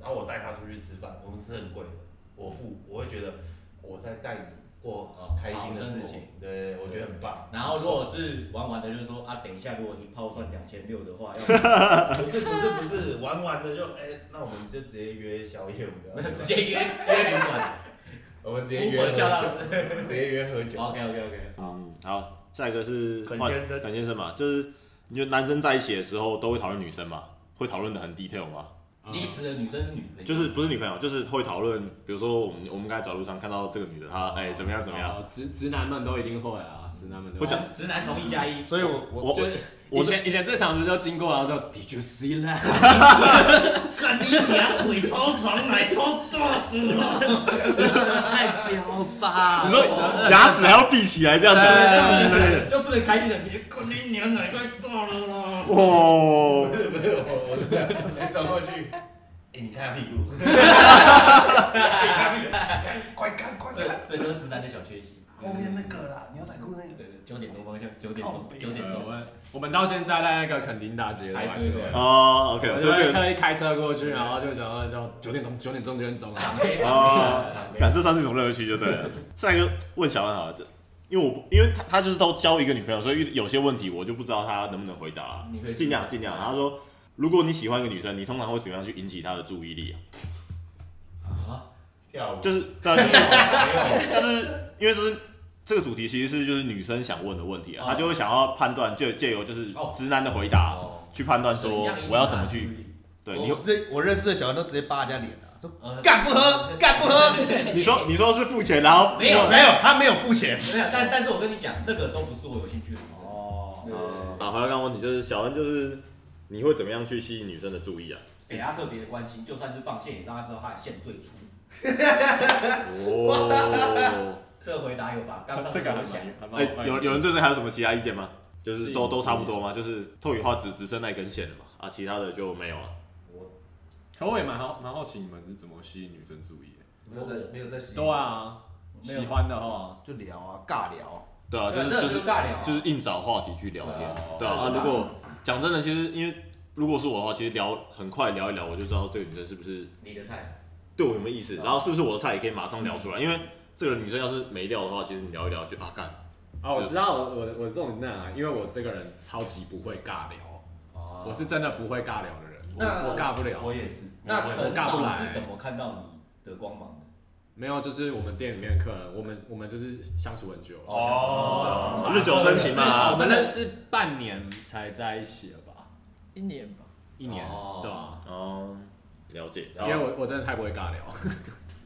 [SPEAKER 1] 然后我带她出去吃饭，我们吃很贵的，我付，我会觉得我在带你过呃开心的事情，对，我觉得很棒。
[SPEAKER 3] 然后如果是玩完的，就是说啊，等一下，如果一炮算两千六的话，要啊
[SPEAKER 1] 不是不是不是，玩完的就哎、那我们就直接约宵夜，我们不要
[SPEAKER 3] 直
[SPEAKER 1] 吃
[SPEAKER 3] 接约约旅馆。
[SPEAKER 1] 我 们直接约
[SPEAKER 3] 我
[SPEAKER 1] 喝
[SPEAKER 3] 叫他
[SPEAKER 1] 酒，直接约喝酒。
[SPEAKER 3] OK OK OK。
[SPEAKER 2] 嗯，好，下一个是
[SPEAKER 4] 耿
[SPEAKER 2] 换
[SPEAKER 4] 先生
[SPEAKER 2] 耿先生嘛，就是你觉得男生在一起的时候都会讨论女生嘛？会讨论的很 detail 吗？
[SPEAKER 5] 嗯
[SPEAKER 3] 你指的女生是女朋
[SPEAKER 5] 哎
[SPEAKER 3] 友，
[SPEAKER 2] 就是不是女朋友，就是会讨论，比如说我们我们刚才走路上看到这个女的，她哎、怎么样怎么样？
[SPEAKER 5] 哦直直男们都一定会啊，直男们都
[SPEAKER 2] 不讲
[SPEAKER 3] 直男同意加一，
[SPEAKER 4] 所以我我
[SPEAKER 2] 我
[SPEAKER 5] 就是
[SPEAKER 2] 我
[SPEAKER 5] 以前以前最常不是就经过，然后就 Did you see that？
[SPEAKER 3] 干你俩腿超长，奶超大 的，
[SPEAKER 6] 太屌吧！
[SPEAKER 2] 你说牙齿还要闭起来这样
[SPEAKER 5] 哎
[SPEAKER 2] 讲，
[SPEAKER 3] 就不能开心的，别干你娘奶太大了啦。
[SPEAKER 2] 哇，哦
[SPEAKER 1] 不是不是，我我是这样，你走过去，哎、你看他屁股，你看他屁股，快看快看，
[SPEAKER 3] 这这就是直男的小确幸。
[SPEAKER 1] 后面那个啦，牛仔裤那个。
[SPEAKER 3] 对对，九点多方向，九点
[SPEAKER 4] 啊
[SPEAKER 3] 钟，九点
[SPEAKER 5] 呃我
[SPEAKER 3] 钟，
[SPEAKER 5] 们我们到现在在那个垦丁大街都
[SPEAKER 3] 还是会这样
[SPEAKER 2] 哦
[SPEAKER 5] 我
[SPEAKER 2] ，OK，
[SPEAKER 5] 就
[SPEAKER 2] 所以这
[SPEAKER 5] 会
[SPEAKER 2] 个
[SPEAKER 5] 特意开车过去，
[SPEAKER 4] 啊
[SPEAKER 5] 然后就想到就九点钟，九点钟，九点钟啊。
[SPEAKER 3] 常黑
[SPEAKER 2] 哦
[SPEAKER 3] 常黑，
[SPEAKER 2] 感这算是一种乐趣就对 了。下一个问小安好了，这因为我不因为他他就是都交一个女朋友，所以有些问题我就不知道他能不能回答、啊
[SPEAKER 3] 你可以
[SPEAKER 2] 尽量尽量。然后他说，如果你喜欢一个女生，你通常会怎么样去引起她的注意力啊？
[SPEAKER 3] 啊，跳舞，
[SPEAKER 1] 哦
[SPEAKER 2] 就是对啊，
[SPEAKER 3] 没有
[SPEAKER 2] 就是就是 因为这是这个主题其实是就是女生想问的问题啊，
[SPEAKER 3] 哦
[SPEAKER 2] 她就会想要判断，就借由就是
[SPEAKER 3] 哦
[SPEAKER 2] 直男的回答
[SPEAKER 3] 哦
[SPEAKER 2] 去判断
[SPEAKER 3] 怎
[SPEAKER 2] 说
[SPEAKER 3] 样一定
[SPEAKER 2] 我要怎么
[SPEAKER 3] 拿
[SPEAKER 2] 去
[SPEAKER 3] 出力哦
[SPEAKER 2] 对你有。
[SPEAKER 4] 我认我认识的小孩都直接扒人家脸了，说
[SPEAKER 3] 呃
[SPEAKER 4] 干不喝，干不喝。
[SPEAKER 2] 你说你说是付钱，然后
[SPEAKER 3] 没有
[SPEAKER 4] 没有，他没有付钱。
[SPEAKER 3] 没有，但但是我跟你讲，那个都不是我有兴趣的。哦，
[SPEAKER 2] 啊，回到刚刚问你，就是小恩，就是你会怎么样去吸引女生的注意啊？
[SPEAKER 3] 给他特别的关心，就算是放线，也让他知道他的线最粗。
[SPEAKER 2] 哎哦，
[SPEAKER 3] 这个回答有吧？刚上
[SPEAKER 5] 这个还
[SPEAKER 3] 想
[SPEAKER 5] 蛮还蛮
[SPEAKER 2] 哎、
[SPEAKER 5] 有意
[SPEAKER 2] 有
[SPEAKER 5] 思
[SPEAKER 2] 有人对这还有什么其他意见吗？就是
[SPEAKER 5] 吸
[SPEAKER 2] 都
[SPEAKER 5] 引
[SPEAKER 2] 都差不多嘛，就是透雨花只只剩那一根线了嘛，啊，其他的就没有了。
[SPEAKER 5] 可我也蛮好蛮好奇你们是怎么吸引女生注意的？
[SPEAKER 4] 没有在，没有在洗。
[SPEAKER 5] 对，啊，
[SPEAKER 3] 没有
[SPEAKER 5] 喜欢的话，
[SPEAKER 4] 就聊啊，尬聊。
[SPEAKER 2] 对啊，就是
[SPEAKER 3] 对这
[SPEAKER 2] 就
[SPEAKER 3] 个
[SPEAKER 2] 是
[SPEAKER 3] 尬聊啊，
[SPEAKER 2] 就是硬找话题去聊天，对啊。啊
[SPEAKER 3] 对啊
[SPEAKER 2] 如果讲真的，其实因为如果是我的话，其实聊很快聊一聊，我就知道这个女生是不是
[SPEAKER 3] 你的菜，
[SPEAKER 2] 对我有没有意思，然后是不是我的菜，也可以马上聊出来。因为这个女生要是没料的话，其实你聊一聊就啊干，
[SPEAKER 5] 哦，我知道我我我这种人啊，因为我这个人超级不会尬聊，
[SPEAKER 3] 哦
[SPEAKER 5] 我是真的不会尬聊的人，我
[SPEAKER 3] 那
[SPEAKER 5] 我尬不了。
[SPEAKER 1] 我也是，
[SPEAKER 3] 那可
[SPEAKER 5] 我尬不
[SPEAKER 3] 少
[SPEAKER 5] 来
[SPEAKER 3] 是怎么看到你的光芒的？
[SPEAKER 5] 没有，就是我们店里面的客人，我们我们就是相处很久了，
[SPEAKER 1] 哦，
[SPEAKER 2] 日久生情
[SPEAKER 5] 我
[SPEAKER 2] 嘛。
[SPEAKER 5] 们认识半年才在一起了吧？
[SPEAKER 6] 一年吧。
[SPEAKER 5] 一年，
[SPEAKER 3] 哦
[SPEAKER 5] 对啊，
[SPEAKER 2] 哦，了解。
[SPEAKER 5] 因为我我真的太不会尬聊。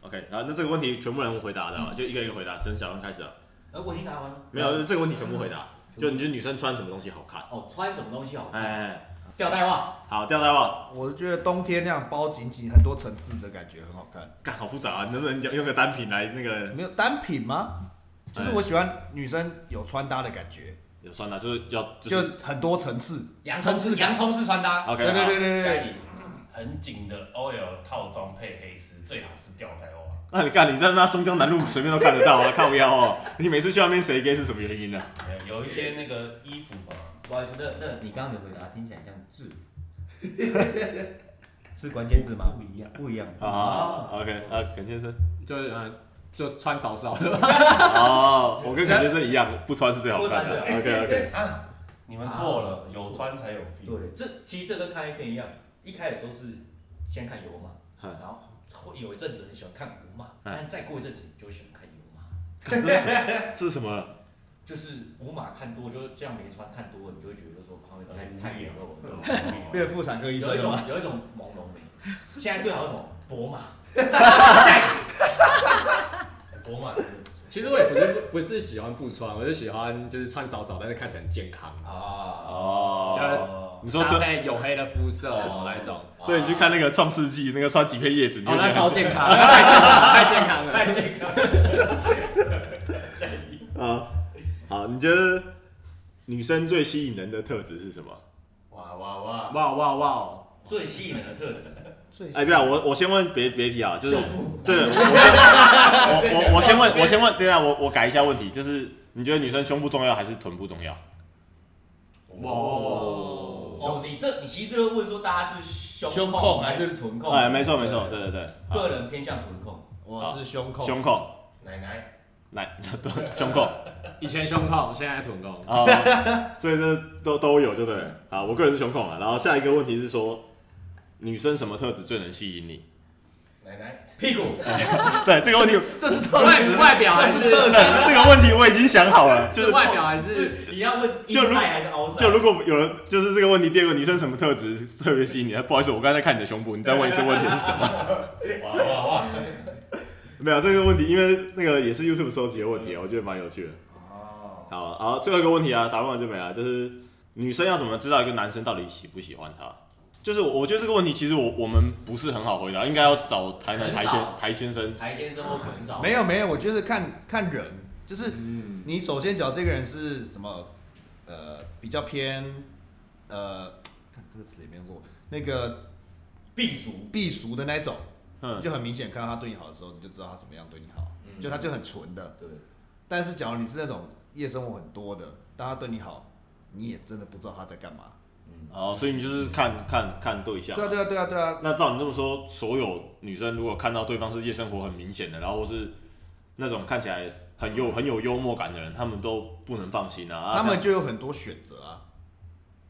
[SPEAKER 2] OK，然后那这个问题全部人回答的啊，就一个一个回答。从小恩开始啊，
[SPEAKER 3] 呃，我已经拿完了。
[SPEAKER 2] 没有，这个问题全部回答。
[SPEAKER 3] 全部
[SPEAKER 2] 就你觉得女生穿什么东西好看？
[SPEAKER 3] 哦，穿什么东西好
[SPEAKER 2] 哎
[SPEAKER 3] 看？
[SPEAKER 2] 哎，哎
[SPEAKER 3] 吊带袜，
[SPEAKER 2] 好，吊带袜，
[SPEAKER 4] 我觉得冬天那样包紧紧，很多层次的感觉很好看。
[SPEAKER 2] 干好复杂啊！能不能讲用个单品来那个
[SPEAKER 4] 没有单品吗？就是我喜欢女生有穿搭的感觉，
[SPEAKER 2] 也算了，就是要
[SPEAKER 4] 就是很多层次，
[SPEAKER 3] 洋葱
[SPEAKER 4] 层
[SPEAKER 3] 式
[SPEAKER 4] 次
[SPEAKER 3] 洋
[SPEAKER 4] 感。
[SPEAKER 3] 葱式穿搭，
[SPEAKER 2] OK，
[SPEAKER 4] 对对
[SPEAKER 2] 好
[SPEAKER 4] 对对
[SPEAKER 3] 盖
[SPEAKER 4] 对，
[SPEAKER 3] 里
[SPEAKER 1] 很紧的 OL 套装配黑丝，最好是吊带袜。
[SPEAKER 2] 那你看你在那松江南路随便都看得到啊，靠腰哦！ 你每次去那边谁 gay 是什么原因呢、
[SPEAKER 1] 没有有一些那个衣服嘛，
[SPEAKER 3] 不好意思，那那你刚刚的回答听起来像制服，是关键字吗？不一样，不一样哦
[SPEAKER 2] 啊？啊，OK，啊，耿先生，
[SPEAKER 5] 就是嗯，就是穿少少 的，
[SPEAKER 2] 哦，我跟耿先生一样，不穿是最好看的。
[SPEAKER 3] 不
[SPEAKER 2] OK OK，
[SPEAKER 1] 啊你们错了，有穿才有 feel。
[SPEAKER 2] 嗯
[SPEAKER 3] 对，这其实这跟看 A 片一样，一开始都是先看有嘛，
[SPEAKER 2] 嗯
[SPEAKER 3] 然后有一阵子很喜欢看无嘛，
[SPEAKER 2] 嗯
[SPEAKER 3] 但再过一阵子你就喜欢看有嘛，
[SPEAKER 2] 干这是什么这是什么？
[SPEAKER 3] 就是无码看多，就是这样没穿看多，你就会觉得说旁边太太
[SPEAKER 1] 太眼
[SPEAKER 3] 眼
[SPEAKER 2] 啊
[SPEAKER 3] 了，我知
[SPEAKER 2] 嗯
[SPEAKER 3] 道吗
[SPEAKER 1] 了
[SPEAKER 4] 变妇产科医
[SPEAKER 3] 有
[SPEAKER 4] 生
[SPEAKER 3] 一
[SPEAKER 4] 了
[SPEAKER 3] 种
[SPEAKER 4] 吗？
[SPEAKER 3] 有一种朦胧美。现在最好是什么？博马，
[SPEAKER 1] 我买的不错
[SPEAKER 5] 其实我也不是 不是喜欢不穿，我是喜欢就是穿少少，但是看起来很健康，
[SPEAKER 3] 啊，
[SPEAKER 2] 哦，
[SPEAKER 5] 哦
[SPEAKER 2] 你说
[SPEAKER 5] 搭
[SPEAKER 2] 这，
[SPEAKER 5] 配黝黑的肤色哦那一种，
[SPEAKER 2] 所以你去看那个《创世纪》，那个穿几片叶子，你
[SPEAKER 5] 哦
[SPEAKER 2] 就觉
[SPEAKER 5] 那
[SPEAKER 2] 得
[SPEAKER 5] 超健康，太健康了，太
[SPEAKER 3] 太
[SPEAKER 5] 健康了。
[SPEAKER 3] 健康。
[SPEAKER 2] 啊。好，你觉得女生最吸引人的特质是什么？
[SPEAKER 1] 哇哇哇！
[SPEAKER 5] 哇哇哇！
[SPEAKER 3] 最吸引人的特质，
[SPEAKER 2] 哎，不要，我我先问别别提啊，就是
[SPEAKER 3] 胸部
[SPEAKER 2] 对，我我我我先问，我先问，等一下我我改一下问题，就是你觉得女生胸部重要还是臀部重要？
[SPEAKER 5] 哇！
[SPEAKER 3] 哦，你这你其实就是问说大家是胸
[SPEAKER 4] 胸
[SPEAKER 3] 控
[SPEAKER 4] 控
[SPEAKER 3] 还
[SPEAKER 4] 还
[SPEAKER 3] 是
[SPEAKER 4] 是
[SPEAKER 3] 臀控？
[SPEAKER 2] 哎，没错没错，对对对，
[SPEAKER 3] 个人偏向臀控。
[SPEAKER 4] 我是胸
[SPEAKER 2] 好
[SPEAKER 4] 控，
[SPEAKER 2] 胸控，
[SPEAKER 1] 奶奶，
[SPEAKER 2] 来， 对胸控，
[SPEAKER 5] 以前胸控，现在臀控。
[SPEAKER 2] 啊，所以这都都有，就对了。好，我个人是胸控啊。然后下一个问题是说，女生什么特质最能吸引你？
[SPEAKER 1] 奶奶，
[SPEAKER 3] 屁股，
[SPEAKER 2] 对这个问题，
[SPEAKER 4] 这是特
[SPEAKER 5] 外
[SPEAKER 4] 质。
[SPEAKER 5] 外表还是
[SPEAKER 2] 这个问题我已经想好了，就是是
[SPEAKER 5] 外表还是
[SPEAKER 3] 你要问
[SPEAKER 2] 就如
[SPEAKER 3] inside 还是 outside？
[SPEAKER 2] 就如果有人就是这个问题，第二个女生什么特质特别吸引你？不好意思，我刚才在看你的胸部，你再问一次问题是什么？
[SPEAKER 1] 哇哇哇！
[SPEAKER 2] 没有这个问题，因为那个也是 YouTube 收集的问题，我觉得蛮有趣的。
[SPEAKER 4] 哦，
[SPEAKER 2] 好，好，最后一个问题啊，答完就没了，就是女生要怎么知道一个男生到底喜不喜欢她？就是我我觉得这个问题，其实我我们不是很好回答，应该要找台南台
[SPEAKER 3] 很
[SPEAKER 2] 先
[SPEAKER 3] 少
[SPEAKER 2] 台先生。
[SPEAKER 3] 台先生或很少，
[SPEAKER 4] 没有没有，我就是看看人，就是
[SPEAKER 5] 嗯，
[SPEAKER 4] 你首先讲这个人是什么？呃，比较偏呃，看这个词也没用过，那个
[SPEAKER 3] 避俗，
[SPEAKER 4] 避俗的那一种，
[SPEAKER 2] 嗯
[SPEAKER 4] 你就很明显看到他对你好的时候，你就知道他怎么样对你好，
[SPEAKER 3] 嗯
[SPEAKER 4] 就他就很纯的。
[SPEAKER 3] 对，
[SPEAKER 4] 但是假如你是那种夜生活很多的，但他对你好，你也真的不知道他在干嘛。
[SPEAKER 2] 哦，所以你就是看看看对象。
[SPEAKER 4] 对啊，对啊，对啊，对啊，
[SPEAKER 2] 那照你这么说，所有女生如果看到对方是夜生活很明显的，然后或是那种看起来很有很有幽默感的人，他们都不能放心啊。啊
[SPEAKER 4] 他
[SPEAKER 2] 这
[SPEAKER 4] 们
[SPEAKER 2] 样
[SPEAKER 4] 就有很多选择啊，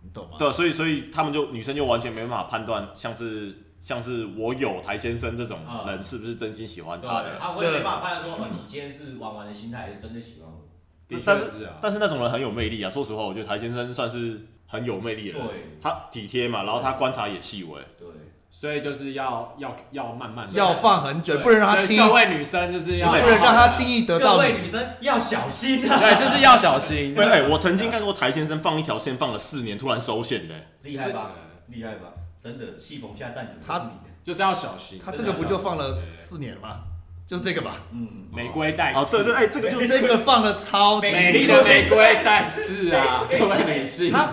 [SPEAKER 4] 你懂吗？
[SPEAKER 2] 对，所以所以他们就女生就完全没办法判断，像是像是我有台先生这种人是不是真心喜欢他
[SPEAKER 3] 对，
[SPEAKER 2] 的。
[SPEAKER 3] 他我也没办法判断说，哦，你今天是玩玩的心态，还是真的喜欢我？
[SPEAKER 5] 的确
[SPEAKER 2] 但
[SPEAKER 5] 是啊，
[SPEAKER 2] 但是那种人很有魅力啊，说实话，我觉得台先生算是很有魅力的人。
[SPEAKER 3] 对
[SPEAKER 2] 他体贴嘛，然后他观察也细微。
[SPEAKER 3] 对，
[SPEAKER 5] 所以就是要要要慢慢地
[SPEAKER 4] 要放很久，
[SPEAKER 3] 对
[SPEAKER 4] 不能让他
[SPEAKER 5] 所
[SPEAKER 4] 轻
[SPEAKER 5] 以
[SPEAKER 4] 易，
[SPEAKER 5] 各
[SPEAKER 4] 不
[SPEAKER 5] 位女生就是要
[SPEAKER 2] 对
[SPEAKER 4] 能让他轻易得
[SPEAKER 3] 各
[SPEAKER 4] 到
[SPEAKER 3] 位
[SPEAKER 4] 你。
[SPEAKER 3] 女生要小心啊！
[SPEAKER 5] 对，就是要小心
[SPEAKER 2] 对，。哎、我曾经看过台先生放一条线放了四年，突然收线的、
[SPEAKER 3] 厉害吧？厉害吧？真的，戏棚下站主
[SPEAKER 4] 他
[SPEAKER 3] 是你的，
[SPEAKER 5] 就是要小心。
[SPEAKER 4] 他这个不就放了
[SPEAKER 5] 对
[SPEAKER 4] 四年吗？就这个吧，
[SPEAKER 3] 嗯，
[SPEAKER 5] 玫瑰带
[SPEAKER 2] 哦，对
[SPEAKER 5] 刺
[SPEAKER 2] 对，，哎、这个就
[SPEAKER 4] 这个放了超级
[SPEAKER 1] 哎
[SPEAKER 5] 美丽的玫瑰带刺啊，
[SPEAKER 3] 玫
[SPEAKER 5] 各
[SPEAKER 3] 瑰
[SPEAKER 5] 位女士，
[SPEAKER 4] 他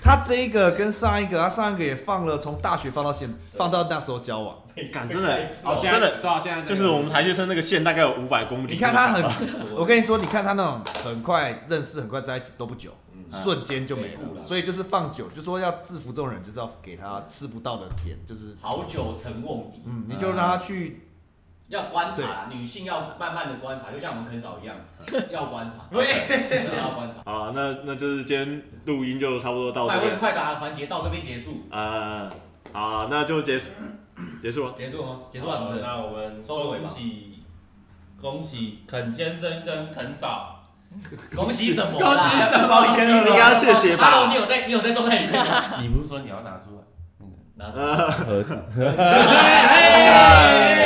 [SPEAKER 4] 他这一个跟上一个，他上一个也放了，从大学放到现，放到那时候交往。
[SPEAKER 2] 感真的、哎
[SPEAKER 5] 好，
[SPEAKER 2] 哦，
[SPEAKER 5] 现在
[SPEAKER 2] 真的
[SPEAKER 5] 对啊，现在这个
[SPEAKER 2] 就是我们台先生那个线大概有五百公里。
[SPEAKER 4] 你看他
[SPEAKER 2] 那么长
[SPEAKER 4] 很，我跟你说，你看他那种很快认识、很快在一起都不久，
[SPEAKER 3] 嗯，
[SPEAKER 4] 瞬间就没
[SPEAKER 3] 没顾
[SPEAKER 4] 了。
[SPEAKER 3] 了
[SPEAKER 4] 所以就是放久，就说要制服这种人，就是要给他吃不到的甜，就是
[SPEAKER 3] 好酒成瓮底，啊
[SPEAKER 4] 嗯，你就让他去，
[SPEAKER 3] 要观察，女性要慢慢的观察，就像我们啃嫂一样，要观察，真的要观察。
[SPEAKER 2] 好，那那就是今天录音就差不多到
[SPEAKER 3] 快
[SPEAKER 2] 这
[SPEAKER 3] 问
[SPEAKER 2] 边。
[SPEAKER 3] 快答的环节到这边结束，
[SPEAKER 2] 呃，好，那就结束结束了。
[SPEAKER 3] 结束了吗？结束了，主持人。
[SPEAKER 1] 那我们
[SPEAKER 3] 收个尾
[SPEAKER 1] 恭
[SPEAKER 3] 吧
[SPEAKER 1] 喜恭喜肯先生跟肯嫂，
[SPEAKER 3] 恭喜什么
[SPEAKER 5] 恭喜
[SPEAKER 3] 啦？
[SPEAKER 5] 什
[SPEAKER 2] 你
[SPEAKER 5] 么？
[SPEAKER 2] 应该要谢谢
[SPEAKER 3] 哈喽，
[SPEAKER 2] 吧
[SPEAKER 3] 你。有在你有在状态里面吗？
[SPEAKER 1] 你不是说你要拿出来？
[SPEAKER 3] 拿出来
[SPEAKER 2] 呃哎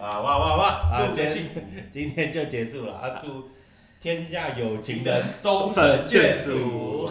[SPEAKER 1] 啊哇哇哇！啊，
[SPEAKER 3] 又
[SPEAKER 1] 今
[SPEAKER 3] 不
[SPEAKER 1] 天 今天就结束了啊！祝天下有情人终
[SPEAKER 2] 成
[SPEAKER 1] 成
[SPEAKER 2] 眷
[SPEAKER 1] 眷
[SPEAKER 2] 属
[SPEAKER 1] 属。